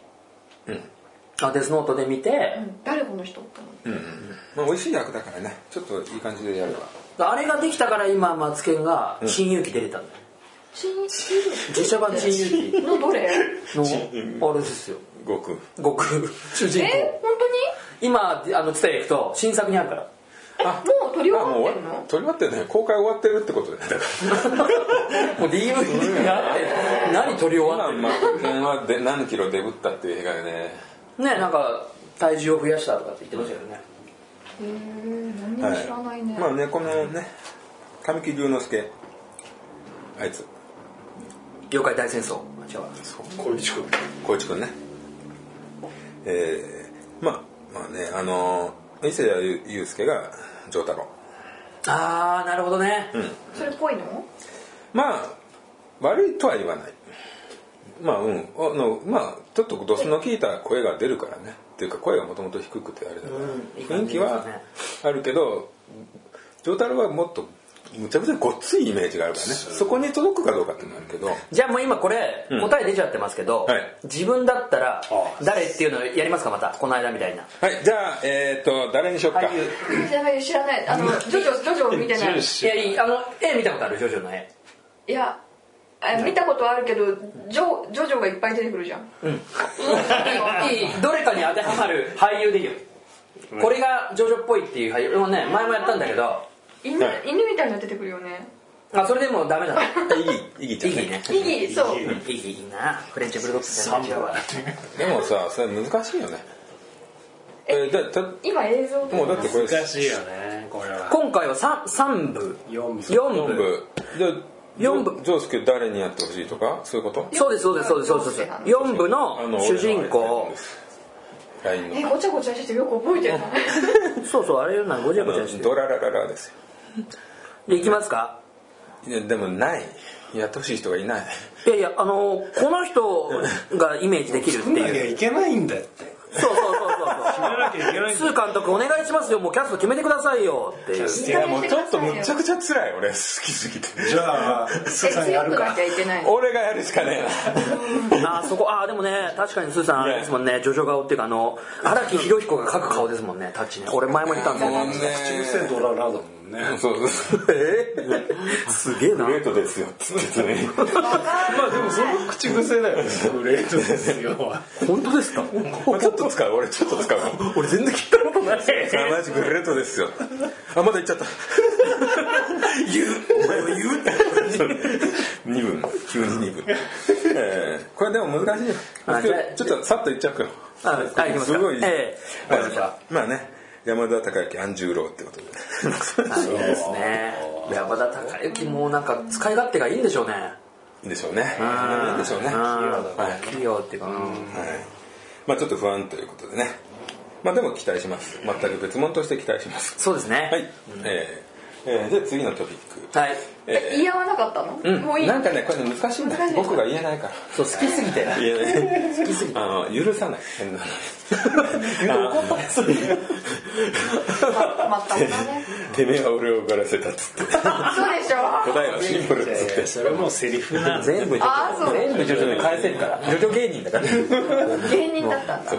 S2: あデスノートで見て、
S3: うん誰この人って思って
S1: まあ、美味しい役だからねちょっといい感じでやれば
S2: あれができたから今マツケンが新勇気出れたんだよ、
S3: 新シ
S2: 実写版新勇気
S3: のどれ
S2: のあれですよ
S1: 悟空
S2: 悟空主人
S3: え
S2: 公
S3: 本
S2: 今あの伝え行くと新作にあるから
S1: あ
S3: 当にもう撮り終
S1: あもう
S3: わっ
S1: 終
S3: てん
S1: わ取り終
S3: の
S1: わってるね公開終わってるってことだねだか
S2: もう DVD があって何撮り終わ
S1: ら
S2: って
S1: 今
S2: る
S1: マツケンはで何キロデブったっていう映画でね
S2: ねなんか体重を増やしたとかって言ってましたけどね、
S3: へえ何も知らないね
S1: まあねこのね神木隆之介あいつ
S2: 妖怪大戦争あ違うわ
S4: 小一君
S1: 光一くんねえー、まあまあねあの伊勢谷友介が丈太郎
S2: あーなるほどね、
S3: それっぽいの
S1: まあ悪いとは言わないまあうんあのまあちょっとドスの効いた声が出るからねっていうか声がもともと低くてあれだから、
S2: うんいい
S1: 雰
S2: 感
S1: 囲
S2: じ
S1: 気
S2: です
S1: は
S2: ね
S1: あるけど丈太郎はもっとむちゃくちゃごっついイメージがあるからねそこに届くかどうかってなるけど
S2: じゃあもう今これ
S1: ん
S2: 答え出ちゃってますけど、
S1: はい
S2: 自分だったら
S4: あ
S2: 誰っていうのやりますかまたこの間みたいな
S1: はいじゃあえっ、と誰にしよっか、
S2: 俳優
S3: やばい知らないあのジョジョジョジョ見てない
S2: いやいいあの絵見たことあるジョジョの絵
S3: いやあ見たことあるけどジョジョジョがいっぱい出てくるじゃん
S2: いいどれかに当てはまる俳優でいいよこれがジョジョっぽいっていう俳優俺もね前もやったんだけど
S3: 犬
S1: はい
S3: 犬みたいなの出てくるよね
S2: あそれでもうダメだな
S1: イギイギち
S2: い
S1: ゃんね
S2: いね
S3: イギーそう
S2: いいいいなフレンチブルドッグみたいな感じだわ
S1: でもさそれ難しいよねえだだ
S3: 今映像
S1: もうだってこれ
S4: 難しいよねこれは
S2: 今回は 3, 三部
S4: 4部
S2: 4
S1: 4
S2: 部
S1: 部じゃあ
S2: 四部
S1: ジョースケ誰にやってほしいとかそういうこと
S2: そうですそうですそうですそうです4部
S1: あ
S2: の主人公
S1: 俺のあれ LINE
S3: え
S1: の
S3: ごちゃごちゃしてよく覚えてるな
S2: (laughs) そうそうあれよなごちゃごちゃし
S1: あの
S2: て
S1: ドララララですよ
S2: でいきますか
S1: いやでもないやってほしい人がいない
S2: いやいやあのこの人がイメージできるって
S4: 組まなきゃ
S2: いう
S4: いけないんだって
S2: そうそうそうそう
S4: 決めなきゃいけないんだ
S2: そうスー監督お願いしますよもうキャスト決めてくださいよっていう
S1: いやもうちょっとむちゃくちゃ辛い俺好きすぎて
S4: じゃあスー
S3: え
S4: さんや
S3: 強
S4: る
S3: くな
S4: か
S3: きゃいけない
S1: 俺がやるしかね
S2: あーそこあーでもね確かにスーさんあれですもんねジョジョ顔っていうかあの荒木博彦が描く顔ですもんねタッチね俺前も言ったん
S1: え
S2: で
S1: なもう
S2: すよ
S1: ね
S4: 中世ドララだもんね
S1: そうそう
S2: えすげえな
S1: グレートですよつってね
S4: まあでもその (laughs) 口癖だよねグレートですよは
S2: 本当ですか
S1: まあちょっと使う俺ちょっと使うかも
S2: 俺全然聞いたことない
S1: あマジグレートですよあまだ言っちゃった言うお前は言うって2分急に2分、えーこれでも難しいよ
S2: あじゃあ
S1: ちょっとさっと言っちゃうから
S2: あはい行きます
S1: す
S2: か
S1: ごい
S2: ええ
S1: まあまあね山田孝之安十郎ってことで
S2: いいですね山田孝之もなんか使い勝手がいいんでしょうね
S1: いいでしょうねいいでしょうねはい
S2: 器用っていうか
S1: はいまあちょっと不安ということでねまあでも期待します全く別物として期待します
S2: そうですね
S1: はい、えーえーじゃあ次のトピック
S2: はい
S3: え言い合わなかったの、
S1: うん
S3: もういい
S1: なんかねこれね難しいんだ
S3: 難しい
S1: 僕が言えないから
S2: そう好きすぎて
S1: 言えない好きすぎあの許さない変なの
S2: 怒ったやつ
S3: またね
S1: てめえは俺を怒らせたっつって
S3: そうでしょ
S1: 答えはシンプルっつって
S4: それもうセリフなんだ
S2: 全部
S3: あーそう
S2: 全部徐々に返せるから徐々芸人だから
S3: 芸人だったんだ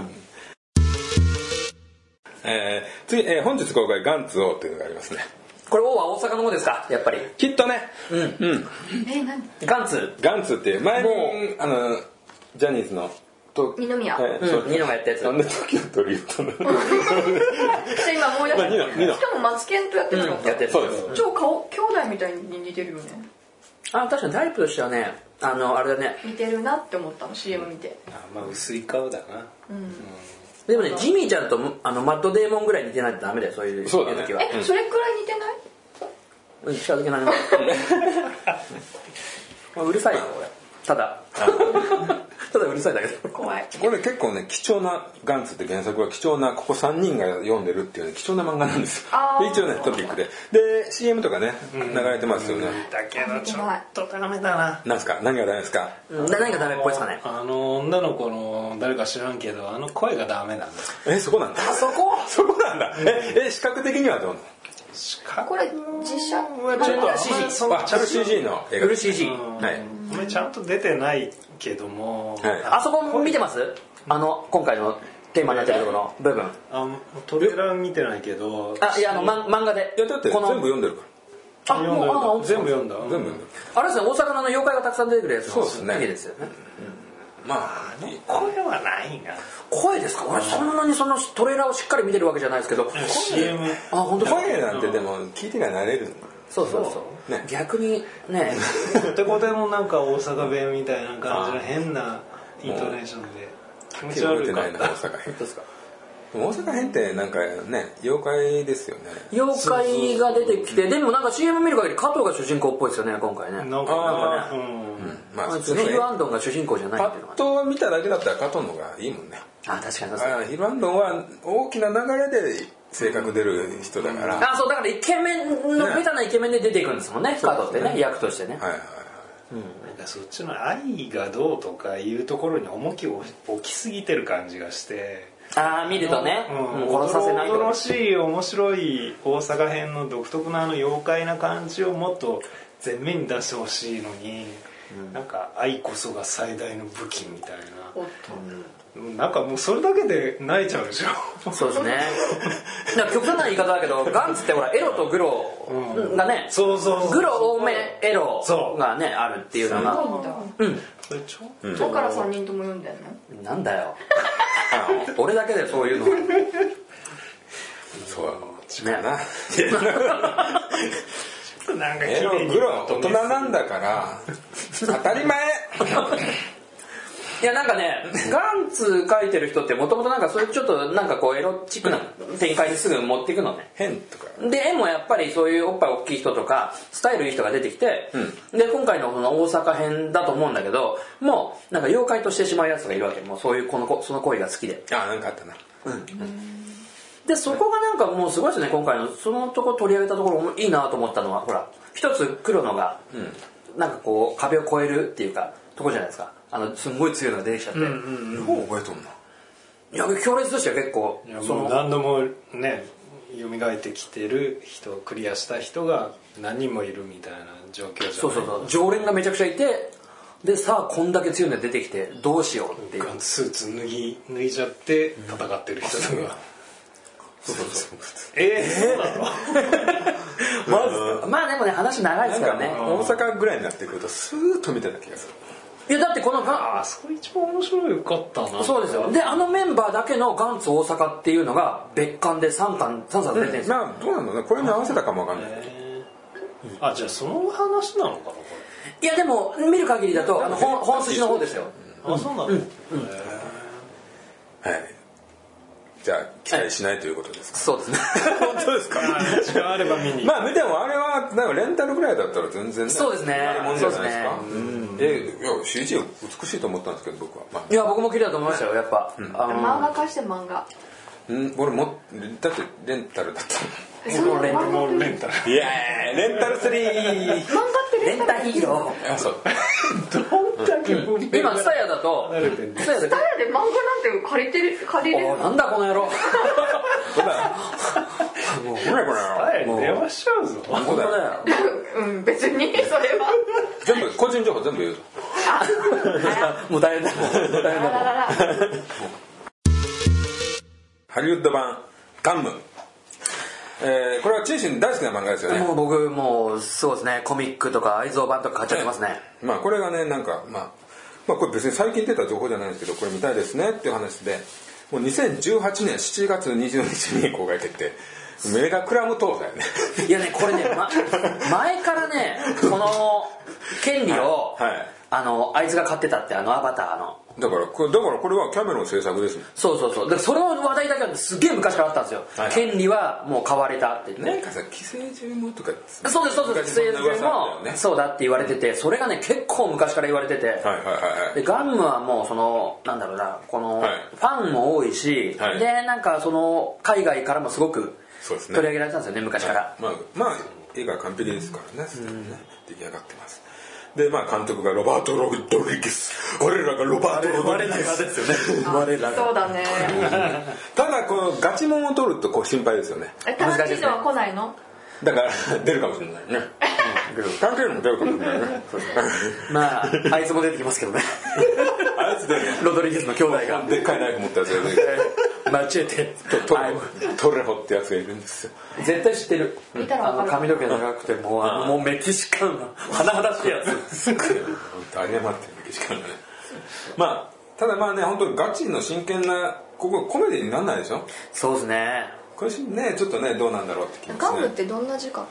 S1: えー次、えー本日公開「ガンツ王」というのがありますね
S2: これ王は大阪の方ですかやっぱり
S1: きっとね
S3: え何
S2: ガンツ
S1: ガンツっていう前に
S2: も
S1: あのジャニーズのと
S3: 二宮
S1: えー
S2: うん
S1: そう
S2: ニノがやったやつ
S1: なんで時を取り
S3: (laughs)
S1: 言ったの
S3: じゃ今思い出
S1: まあニノニノ
S3: したしかもマツケンとやってなかった、
S2: やってる
S1: そうです
S3: 超顔兄弟みたいに似てるよね
S2: あ確かにタイプとしてはねあのあれだね
S3: 似てるなって思ったの CM 見て
S4: あまあ薄い顔だな
S2: でもねジミーちゃんとあのマットデーモンぐらい似てないとダメだよそういう
S1: そうだね
S2: 時は
S3: え、それくらい似てない
S2: うん近づけ (laughs) ないのうるさいよ俺ただ (laughs) ただうるさいだけど
S3: 怖い
S1: これ結構ね貴重な「ガンツ」って原作は貴重なここ3人が読んでるっていうね貴重な漫画なんですよ
S3: あー
S1: で一応ねトピックでで CM とかね流れてますよね
S4: だけどちょっとダメだな
S1: なんすか何がダメですか
S2: うん何がダメっぽいですかね
S4: あの女の子の誰か知らんけどあの声がダメなんだ
S1: えそこなんだ
S2: そこ
S1: そこなんだええ視覚的にはどうなの
S4: しか
S3: これ実写
S4: ちょっとあんまり
S2: CG
S4: そんな
S1: あちゃんと CG の映
S2: フ
S1: 画
S2: ル CG
S4: うん
S1: はい
S4: お前ちゃんと出てないけども、
S1: はい
S2: あそこ見てますあの今回のテーマになってるところの部分
S4: あトレーラー見てないけど
S2: あいやあの、ま、漫画で
S1: いやだって
S2: こ
S1: 全部
S2: の
S1: 読んでるか
S2: あ
S4: 読ん
S2: もう
S4: だ
S2: あ
S4: よ
S2: 本当
S4: 全部読んだ全
S1: ら全部読んでる
S2: あれですね大阪の妖怪がたくさん出てくるやつの
S1: そうですね
S2: いいですよね
S1: まあいい
S4: これはないな
S2: 声ですか俺そんなにそのトレーラーをしっかり見てるわけじゃないですけど
S4: CM
S2: あ本当
S1: 声なんてでも聞いてりゃ慣れるんだ
S2: そうそうそう、
S1: ね
S2: 逆にね
S4: コテコテのなんか大阪弁みたいな感じの変なイントネーションで気持
S1: 覚
S4: ち
S1: え
S4: 悪
S1: て
S4: か
S1: ない
S4: っ
S1: な
S4: た
S1: 大阪編
S2: どうですか
S1: でも大阪編ってなんかね妖怪ですよね
S2: 妖怪が出てきてでもなんか CM 見る限り加藤が主人公っぽいですよね今回ね
S4: なんか
S1: あ
S4: なう
S1: うん
S4: ん
S1: まあ
S2: あ
S1: そ
S2: いつ
S1: う
S2: ヒ
S1: ね
S2: ル・アンドンが主人公じゃない
S1: パ
S2: っていうの
S1: ッ
S2: がね
S1: と見ただけだったら加藤の方がいいもんね
S2: あ確かに確かに
S1: あヒルアンドンは大きな流れで性格出る人だからはい
S2: あそうだからイケメンのベタなイケメンで出ていくんですもんね加藤ってね役としてね
S1: はいはい
S4: なんかそっちの愛がどうとかいうところに重きを置きすぎてる感じがして
S2: ああ見るとね
S4: うん
S2: もう殺させないと
S4: おどろおど
S2: か
S4: ろしい面白い大阪編の独特なあの妖怪な感じをもっと前面に出してほしいのに、なんか愛こそが最大の武器みたい
S3: おっ
S4: ななんかもうそれだけで泣いちゃうでしょ
S2: そうですねだから極端な言い方だけどガンツってほらエロとグロがね
S4: そうそうそう
S2: グロ多めエロ
S4: そう
S2: がねあるっていうの
S3: と
S2: が
S3: 読んだ
S4: それちょっと、
S3: だから3人とも読んでんの
S2: なんだよあの俺だけでそういうの
S1: そうかな
S4: なんか綺
S1: エロ
S4: 麗に
S1: グロ大人なんだから当たり前
S2: いやなんかねガンツ描いてる人ってもともとなんかそういうちょっとなんかこうエロチックな展開にすぐ持っていくのね
S1: 変とか
S2: で絵もやっぱりそういうおっぱい大きい人とかスタイルいい人が出てきて、で今回のこの大阪編だと思うんだけどもうなんか妖怪としてしまうやつがいるわけもうそういうこの子その行為が好きで
S1: あなんかあったな
S2: でそこがなんかもうすごいですね今回のそのとこ取り上げたところいいなと思ったのはほら一つ黒野が、なんかこう壁を越えるっていうかとこじゃないですかあのすんごい強いのが出てきちゃって、
S1: もう覚えとんない
S2: や強烈でしたよ結構
S4: いや
S2: そ
S4: もう
S2: の
S4: 何度もね蘇ってきてる人クリアした人が何人もいるみたいな状況じゃない
S2: そうそうそう常連がめちゃくちゃいてでさあこんだけ強いのが出てきてどうしようっていう
S4: ガンスーツ脱ぎ脱いじゃって戦ってる人とか、ええそうなの
S2: まあでもね話長い
S1: な
S2: です
S1: ん
S2: か
S1: からね
S2: ね
S1: 大阪ぐらいになってくるとスーッと見てた気がする
S2: いやだってこのガ
S4: あそこ一番面白かったな
S2: そうですよであのメンバーだけのガンツ大阪っていうのが別館で3巻3冊出てるんですよ
S1: まあどうなんだろうねこれに合わせたかもわかんない
S4: えーあじゃあその話なのかなこ
S2: いやでも見る限りだとあの本本筋の方ですよ
S4: れあそうなの、へ
S1: はいじゃあ期待しないということですか
S2: そうですね
S1: 本当ですか
S4: ー時間あれば見に行く
S1: まあでもあれはなんかレンタルぐらいだったら全然ね
S2: そうですね
S1: あるもんじゃないですか
S2: そう
S1: えいや CG 美しいと思ったんですけど僕は、ま
S2: いや僕も綺麗だと思いましたよやっぱ、あ
S3: 漫
S2: の
S3: 画化して漫画
S1: あ、ん俺もだってレンタルだった
S3: えそんな漫画
S4: もうレンタル
S1: いやレンタル3
S3: 漫画ってレ
S2: レ
S3: ン
S2: ン
S3: タル
S2: タヒーロ
S1: あそう
S4: どんだけ無理
S2: ー今ツタヤだと
S4: 慣れてんね
S2: ツタヤで
S3: タヤで漫画なんて借りてる借りれる
S2: お
S3: の
S2: なんだこの野郎
S1: ほらもうほらこら
S4: はい電話しちゃうぞ
S1: 本当だよ
S2: よ
S3: うん別に (laughs) それは
S1: 全部個人情報全部言うぞ
S2: (laughs) もう大変だもう大変
S3: あ
S2: だ
S3: ららら
S1: ハリウッド版ガンム、えーこれはチンシン大好きな漫画ですよね
S2: もう僕もうそうですねコミックとか愛蔵版とか買っちゃってますね
S1: まあこれがねなんか、まあ、まあこれ別に最近出た情報じゃないんですけどこれ見たいですねっていう話でもう2018年7月20日に公開決定メガクラム闘だよね (laughs)
S2: いやねこれね、ま、前からねこの権利を、
S1: はいはい
S2: あのあいつが買ってたってあのアバターの
S1: だからこれだからこれはキャメロン制作ですね
S2: そうそうそうだからその話題だけはすげえ昔からあったんですよ、
S1: はい
S2: 権利はもう買われたってね
S1: なんかさ寄生獣もとか
S2: そうですそうです
S1: 昔
S2: 生
S1: そんな噂あったよ
S2: も
S1: ね
S2: そうだって言われててそれがね結構昔から言われてて、
S1: はいはいはいはい
S2: でガンムはもうそのなんだろうなこの、
S1: はい
S2: ファンも多いし、
S1: はい
S2: でなんかその海外からもすごく
S1: そうですね
S2: 取り上げられてたんですよね昔から、
S1: まあ、まあ、映画は完璧ですからね、すでにね出来上がってます。で、まあ、監督がロバート・ロドリゲス。我らがロバート・ロドリゲス。 (laughs)
S2: すよね
S3: そうだね
S1: ただ、このガチモンを取るとこう心配ですよね。
S3: えタランティーノは来ないの
S1: だから、出るかもしれない
S2: (laughs)
S1: ね。関係も出るかもしれないね。
S2: まああいつも出てきますけどね
S1: (laughs) あいつ
S2: ロドリゲスの兄弟が
S1: でっかいナイフ持ったやつがいる
S2: (laughs) 間違えて
S1: トレトレホってやつがいるんですよ
S2: 絶対知ってる
S3: 見たら
S2: あ
S3: わか
S2: の
S3: る
S2: 髪の毛長くてもうあのもうメキシカン (laughs) な華々しいやつ
S1: 本当ありまってるけしかないまあただまあね本当にガチの真剣なここコメディになんないでしょ
S2: そうですね
S1: これねちょっとねどうなんだろうって気が
S3: ガムっ
S1: すね
S3: てどんな字かと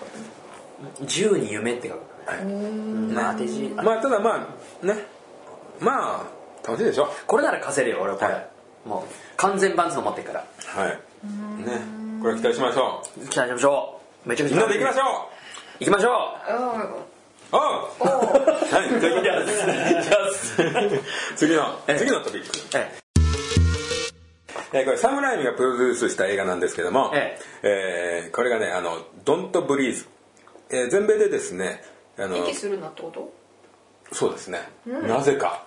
S2: 銃に夢って書くからねまあ当て字
S1: まあただまあねまあ楽しいでしょ
S2: これなら貸せるよ俺こ
S1: は
S2: れ、
S1: い
S2: もう完全版の持ってるから
S1: はいねこれは期待しましょ
S2: 期待しましょうめちゃく
S1: う
S2: ちゃ
S1: みんなで行きましょう
S2: 行きましょ
S1: おう
S3: おお
S1: はいという
S2: うやす
S1: ことで (laughs) 次の次のトピック
S2: え
S1: えーこれサムライミがプロデュースした映画なんですけども、
S2: え
S1: えーこれがね「あのドントブリーズ」えー全米でですねあの
S3: 息するなってこと
S1: そうですね、なぜか、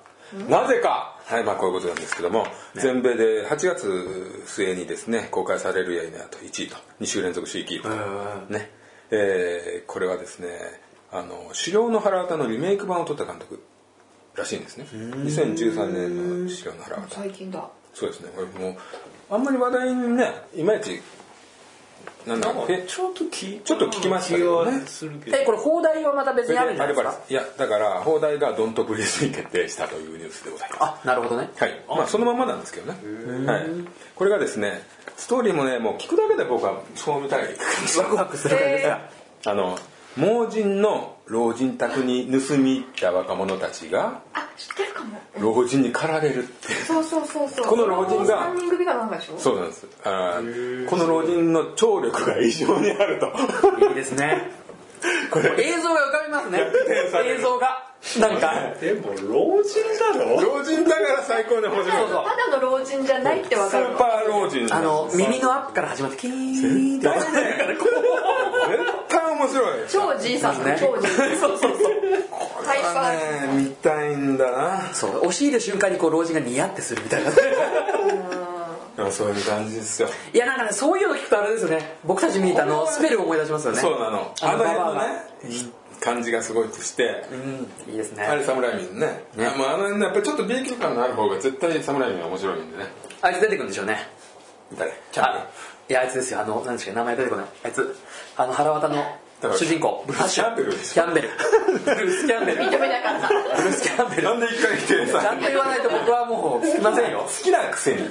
S1: なぜかはいまあこういうことなんですけども、全米で8月末にですね公開されるやいなと1位と2週連続首位キープとねえーこれはですねあの「狩猟の腹渡」のリメイク版を撮った監督らしいんですね2013年の「狩猟の腹渡」
S3: 最近だ
S1: そうですねこれもうあんまり話題にねいまいちなんだろうえ
S4: ちょっと聞い
S1: ちょっと聞きましたけどね
S4: 気はするけど
S2: えこれ放題はまた別
S1: それで
S2: にあるんじゃないですか
S1: いやだから放題がドントブリーズに決定したというニュースでございます
S2: あ (laughs) なるほどね
S1: はいまあそのまんまなんですけどね、はい、これがですねストーリーもねもう聞くだけで僕はそうみたい感じ
S2: ワクワクする感じですか、
S1: あの盲人の老人宅に盗み入った若者たちが
S3: あ知ってるかも
S1: 老人に駆られるっていう
S3: そうそうそうそう
S1: この老人が
S3: 3人組かなんかでしょ
S1: そうなんですあーこの老人の聴力が異常にあると
S2: いいですね
S1: これ
S2: 映像が浮かびますね
S1: 転される
S2: (laughs) 映像がなんか
S4: でも老人だろ
S1: 老人だから最高に面白い
S2: そうそう
S3: ただの老人じゃないってわ
S1: ス
S3: かる
S1: ー
S3: の
S1: パー老人
S2: あの耳のアップから始まってキーン (laughs) って
S1: 大変だこう絶対面白い
S3: 超じいさんの超じいさんそうそうそうハイパー
S1: ね見たいんだな
S2: そう押し入る瞬間にこう老人がニヤってするみたいな
S1: でもそういう感じですよ
S2: いやなんかねそういうの聞くとあれですよね僕たち見に行ったあのスペルを思い出しますよね
S1: そうなのあ
S2: あ
S1: の
S2: の
S1: 辺
S2: ババ
S1: の
S2: ア
S1: ね
S2: が
S1: 感じがすごいとして
S2: うんいいですね
S1: あれ侍民ね
S2: ね
S1: あもうあの辺ねやっぱりちょっと B 級感のある方が絶対侍民は面白いんでね
S2: あいつ出てくるんでしょうね
S1: 誰キャン
S2: あいやあいつですよあの何ですか名前出てこないあいつあの腹渡の主人公
S1: ブルースキャンベルです
S2: キャンベルブルースキャンベル
S3: 認めなかった
S2: ブルースキャンベ
S1: ベルな
S2: ル
S1: んで一回来て
S2: ちゃ
S1: さ
S2: んと言わないと僕はもう聞きませんよ
S1: 好きなくせに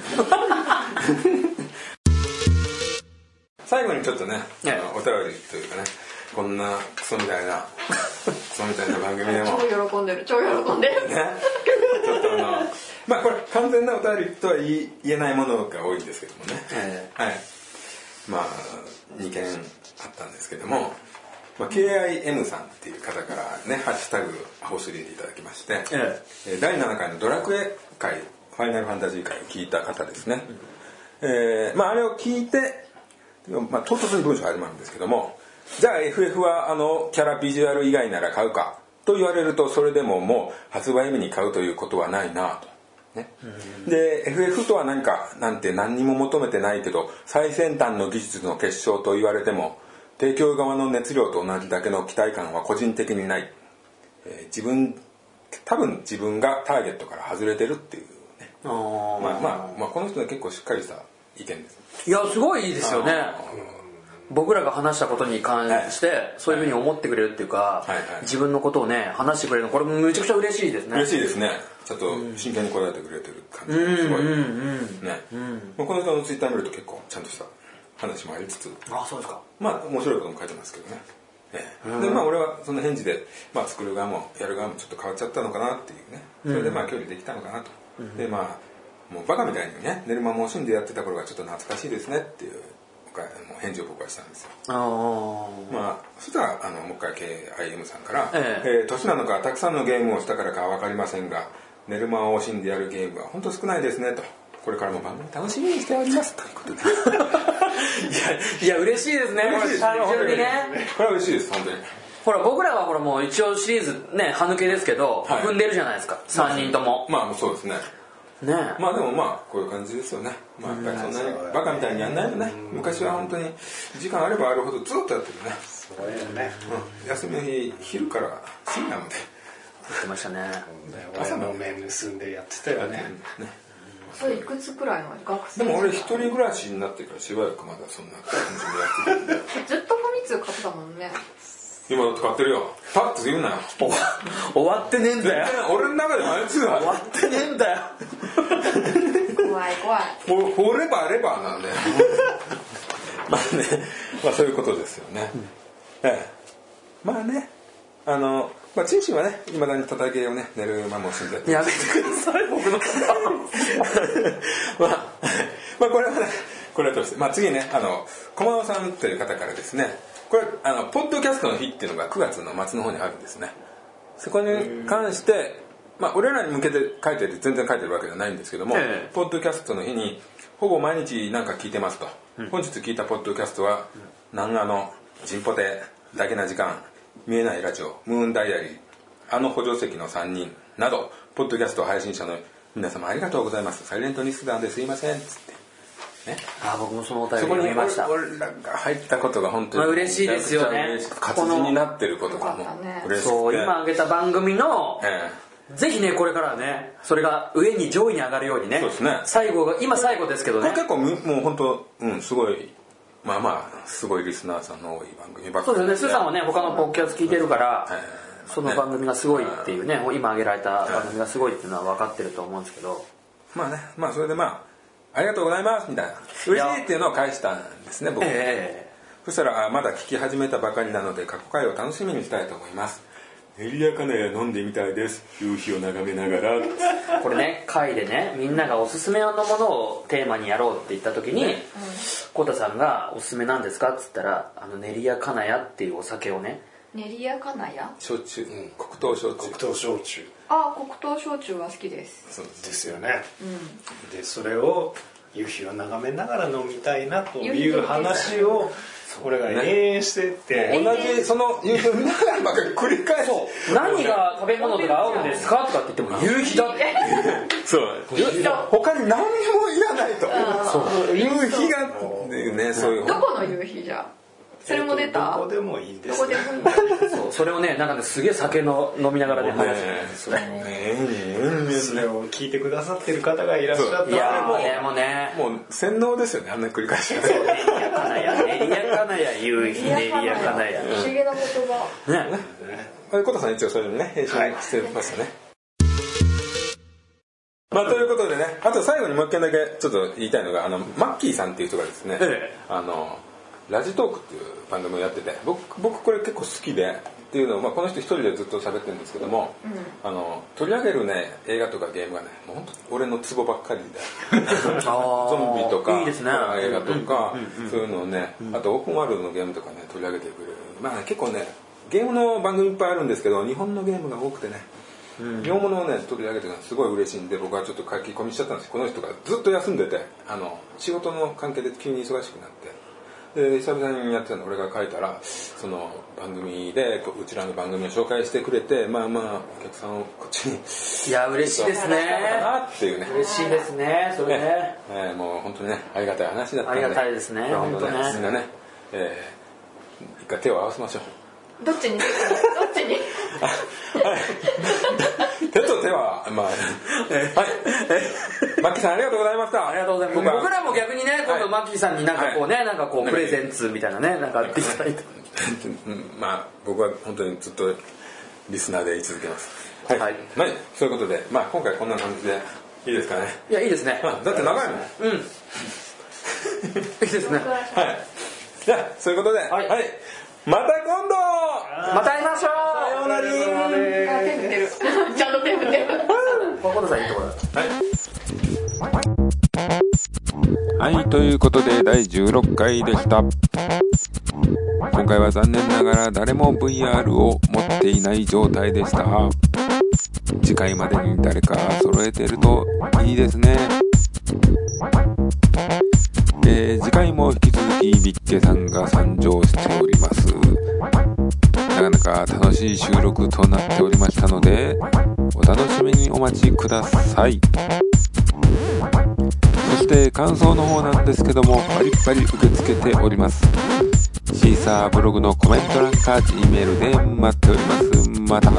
S1: 最後にちょっとねあ
S2: ええ
S1: のお便りというかねこんなクソみたいなクソみたいな番組でも
S3: 超喜んでる超喜んでる
S1: ね、ちょっとあのまあこれ完全なお便りとは言い言えないものが多いんですけどもね、
S2: え
S1: はいまあ2件あったんですけども、まあ、KIM さんっていう方からね「ハッシュタグアホスリー」でいただきまして、
S2: え
S1: えー第7回の「ドラクエ会ファイナルファンタジー会」を聞いた方ですね、えーまああれを聞いて、まあ、唐突に文章始まるんですけどもじゃあ FF はあのキャラビジュアル以外なら買うかと言われるとそれでももう発売日に買うということはないなと、ね、で FF とは何かなんて何にも求めてないけど最先端の技術の結晶と言われても提供側の熱量と同じだけの期待感は個人的にない、えー自分多分自分がターゲットから外れてる (laughs) っていうね
S2: あー
S1: まあまあまあこの人は結構しっかりした意見です
S2: いやすごいいいですよね僕らが話したことに関して、そういうふうに思ってくれるっていうか、
S1: はいはい
S2: 自分のことをね話してくれるのこれむちゃくちゃ嬉しいですね
S1: 嬉しいですねちょっと真剣に答えてくれてる感じがすごいねまあこの人のツイッター見ると結構ちゃんとした話もありつつ
S2: あそうですか
S1: まあ面白いことも書いてますけどねええでまあ俺はその返事で、まあ、作る側もやる側もちょっと変わっちゃったのかなっていうねそれでまあ距離できたのかなと、でまあもうバカみたいにね寝る間も惜しんでやってた頃がちょっと懐かしいですねっていうおかもう返事を僕はしたんですよ
S2: あー
S1: まあ、そしたらあのもう一回 KIM さんから「
S2: え
S1: えー
S2: え
S1: 年なのかたくさんのゲームをしたからか分かりませんが寝る間を惜しんでやるゲームは本当少ないですね」と「これからも番組楽しみにしております」ということで
S2: いや嬉しいですねこれ単純にね
S1: これは嬉しいです本当に
S2: ほら僕らはほらもう一応シリーズね歯抜けですけど、
S1: はい
S2: 踏んでるじゃないですか3人とも、
S1: まあそうですね
S2: ねえ、
S1: まあでもまあこういう感じですよねまあやっぱりそんなにバカみたいにやんないよね昔は本当に時間あればあるほどずっとやってるね
S4: そうやね
S1: 休みの日昼から深夜まで
S2: ってましたね
S4: 俺の面盗んでやってたよね
S3: それいくつくらいの学生
S1: でも俺一人暮らしになってからしばらくまだそんな感じでやってるんで
S3: ずっとファミ通買ってたもんね
S1: 今だって買ってるよパッと言う (laughs) なよ
S2: 終わ終わってねえん
S1: 絶
S2: だよ
S1: 対俺の中でマイツー
S2: 終
S1: は
S2: わってねえんだよ
S3: 怖い怖い
S1: フォフォーレバーレバーなんで (laughs) まあねまあそういうことですよね、ええまあねあのまあチンチンはねいまだに叩きをね寝る間も死んでて
S2: (laughs) やめてください僕のこと
S1: (laughs) まあ、 (laughs) まあこれはねこれはとして、まあ、次ねあの駒尾さんという方からですねこれあのポッドキャストの日っていうのが9月の末の方にあるんですねそこに関して、まあ、俺らに向けて書いてて全然書いてるわけじゃないんですけども、
S2: ええ
S1: ポッドキャストの日にほぼ毎日なんか聞いてますと、本日聞いたポッドキャストは「南アの人ポテだけな時間見えないラジオムーンダイアリーあの補助席の3人」などポッドキャスト配信者の皆様ありがとうございますサイレントリスナーですいませんっつって
S2: (laughs) あ僕もそのお便り
S1: そこに
S2: 読み
S1: 俺
S2: ました
S1: 俺らが入ったことが本当に、
S2: まあ嬉しいですよね
S1: めちゃくちゃ嬉しく活字になってることがも
S3: よかったね
S1: う嬉しくて
S2: そう今挙げた番組の
S1: え
S2: ぜひねこれからはねそれが上に上位に上がるようにね
S1: そうですね
S2: 最後が今最後ですけ
S1: え
S2: ど
S1: これ
S2: ね
S1: 結構むもう本当うんすごいまあまあすごいリスナーさんの多い番組ばっか
S2: そう
S1: り
S2: ですよねスーさんはね他のポッキャス聞いてるから
S1: ええ
S2: その番組がすごいっていうね今挙げられた番組がすごいっていうのは分かってると思うんですけど
S1: まあねまあそれでまあありがとうございますみたいな嬉しいっていうのを返したんですね僕、
S2: え
S1: そしたらあまだ聞き始めたばかりなので過去回を楽しみにしたいと思います練りやかなや飲んでみたいです夕日を眺めながら
S2: えこれね会でねみんながおすすめのものをテーマにやろうって言った時にコタさんが「おすすめなんですか?」っつったら「あの練り屋かなや」っていうお酒をね
S3: 練りやかなや
S1: 焼酎、うん、黒糖焼酎
S4: 黒糖焼酎
S3: あ黒糖焼酎は好き
S1: (laughs)
S3: です
S1: そうです
S4: ですよね、でそれを夕日を眺めながら飲みたいなとい
S3: 夕日
S4: う
S3: を
S4: 話を俺が延々してって、
S1: 同じその夕日を見ながらばっかり繰り返す
S2: 何が食べ物とか合うんですかとかって言っても夕日だって
S1: そう他に何もいらないとそう夕日がっていうねそういう
S3: どこの夕日じゃそれも出た
S4: どこでもいいで
S3: ど
S4: す
S3: こ
S4: ね
S3: でもいいんだ
S2: そうそれをねなんかねすげえ酒の飲みながらで話してたんですよ
S1: ねえ
S4: それを聞いてくださってる方がいらっしゃった
S2: いや
S4: ら
S2: ーでもね
S1: もう洗脳ですよねあんな繰り返しはね
S2: 練り屋かなや練り屋かなや夕日練り屋かなや
S3: 不思議な言葉
S2: ね
S1: これコタさん一応それにね編集してましたね、まあ、ということでねあと最後にもう一件だけちょっと言いたいのがあのマッキーさんっていう人がですね、
S2: ええ
S1: あのラジトークっていう番組をやってて僕僕これ結構好きでっていうのを、まあ、この人一人でずっと喋ってるんですけども、あの取り上げるね映画とかゲームがねもう本当俺のツボばっか
S2: (laughs)
S1: りでゾンビとか
S2: いいですね
S1: ホラー映画とかそういうのをねあとオープンワールドのゲームとかね取り上げてくれるまあね結構ねゲームの番組いっぱいあるんですけど日本のゲームが多くてね日本物をね取り上げてくれるのすごい嬉しいんで僕はちょっと書き込みしちゃったんですけどこの人がずっと休んでてあの仕事の関係で急に忙しくなってで久々にやってたの俺が書いたらその番組でこううちらの番組を紹介してくれてまあまあお客さんをこっちに
S2: いや嬉しいです
S1: だ
S2: ね
S1: なっていうね
S2: 嬉しいですねそれね
S1: えー、もう本当にねありがたい話だったんで
S2: ありがたいですね
S1: これは本当ね
S2: 本当ね
S1: みんなね、えー一回手を合わせましょう
S3: どっちにどっちに
S1: 手と手はまあ、はいマッキーさんありがとうございましたありがとうござい
S2: 僕らも逆にね今
S1: は
S2: 度
S1: い
S2: マッキーさんになんかこうねなんかこう
S1: なん
S2: プ
S1: か
S2: レゼンツみたいなねなんかあっていただいて
S1: うんまあ僕は本当にずっとリスナーで居続けますはい、
S2: はい
S1: まあそういうことで、まあ、今回こんな感じでいいですかね、
S2: いやいいですね
S1: まあ、だって長いもん
S2: うんいいですね
S1: はいじゃあそういうことで、はいまた今度
S2: また会いましょ
S1: さよう
S2: う
S1: なら
S3: あ手振ってるちゃんと手振ってる
S2: 心さんいいところだ
S1: はい、ということで第16回でした。今回は残念ながら誰も VR を持っていない状態でした。次回までに誰か揃えてるといいですね。えー次回も引き続きビッケさんが参上しております。なかなか楽しい収録となっておりましたので、お楽しみにお待ちください。そして感想の方なんですけどもバリバリ受け付けておりますシーサーブログのコメント欄か G メールで待っておりますまた、え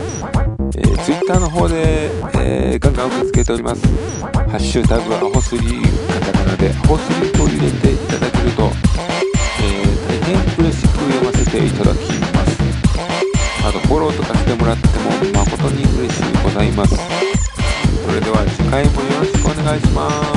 S5: えー、ツイッターの方で、えーガンガン受け付けております。ハッシュタグはアホスリー、カタカナでアホスリーと入れていただけると、えー、大変嬉しく読ませていただきます。あとフォローとかしてもらっても誠に嬉しいございます。それでは次回もよろしくお願いします。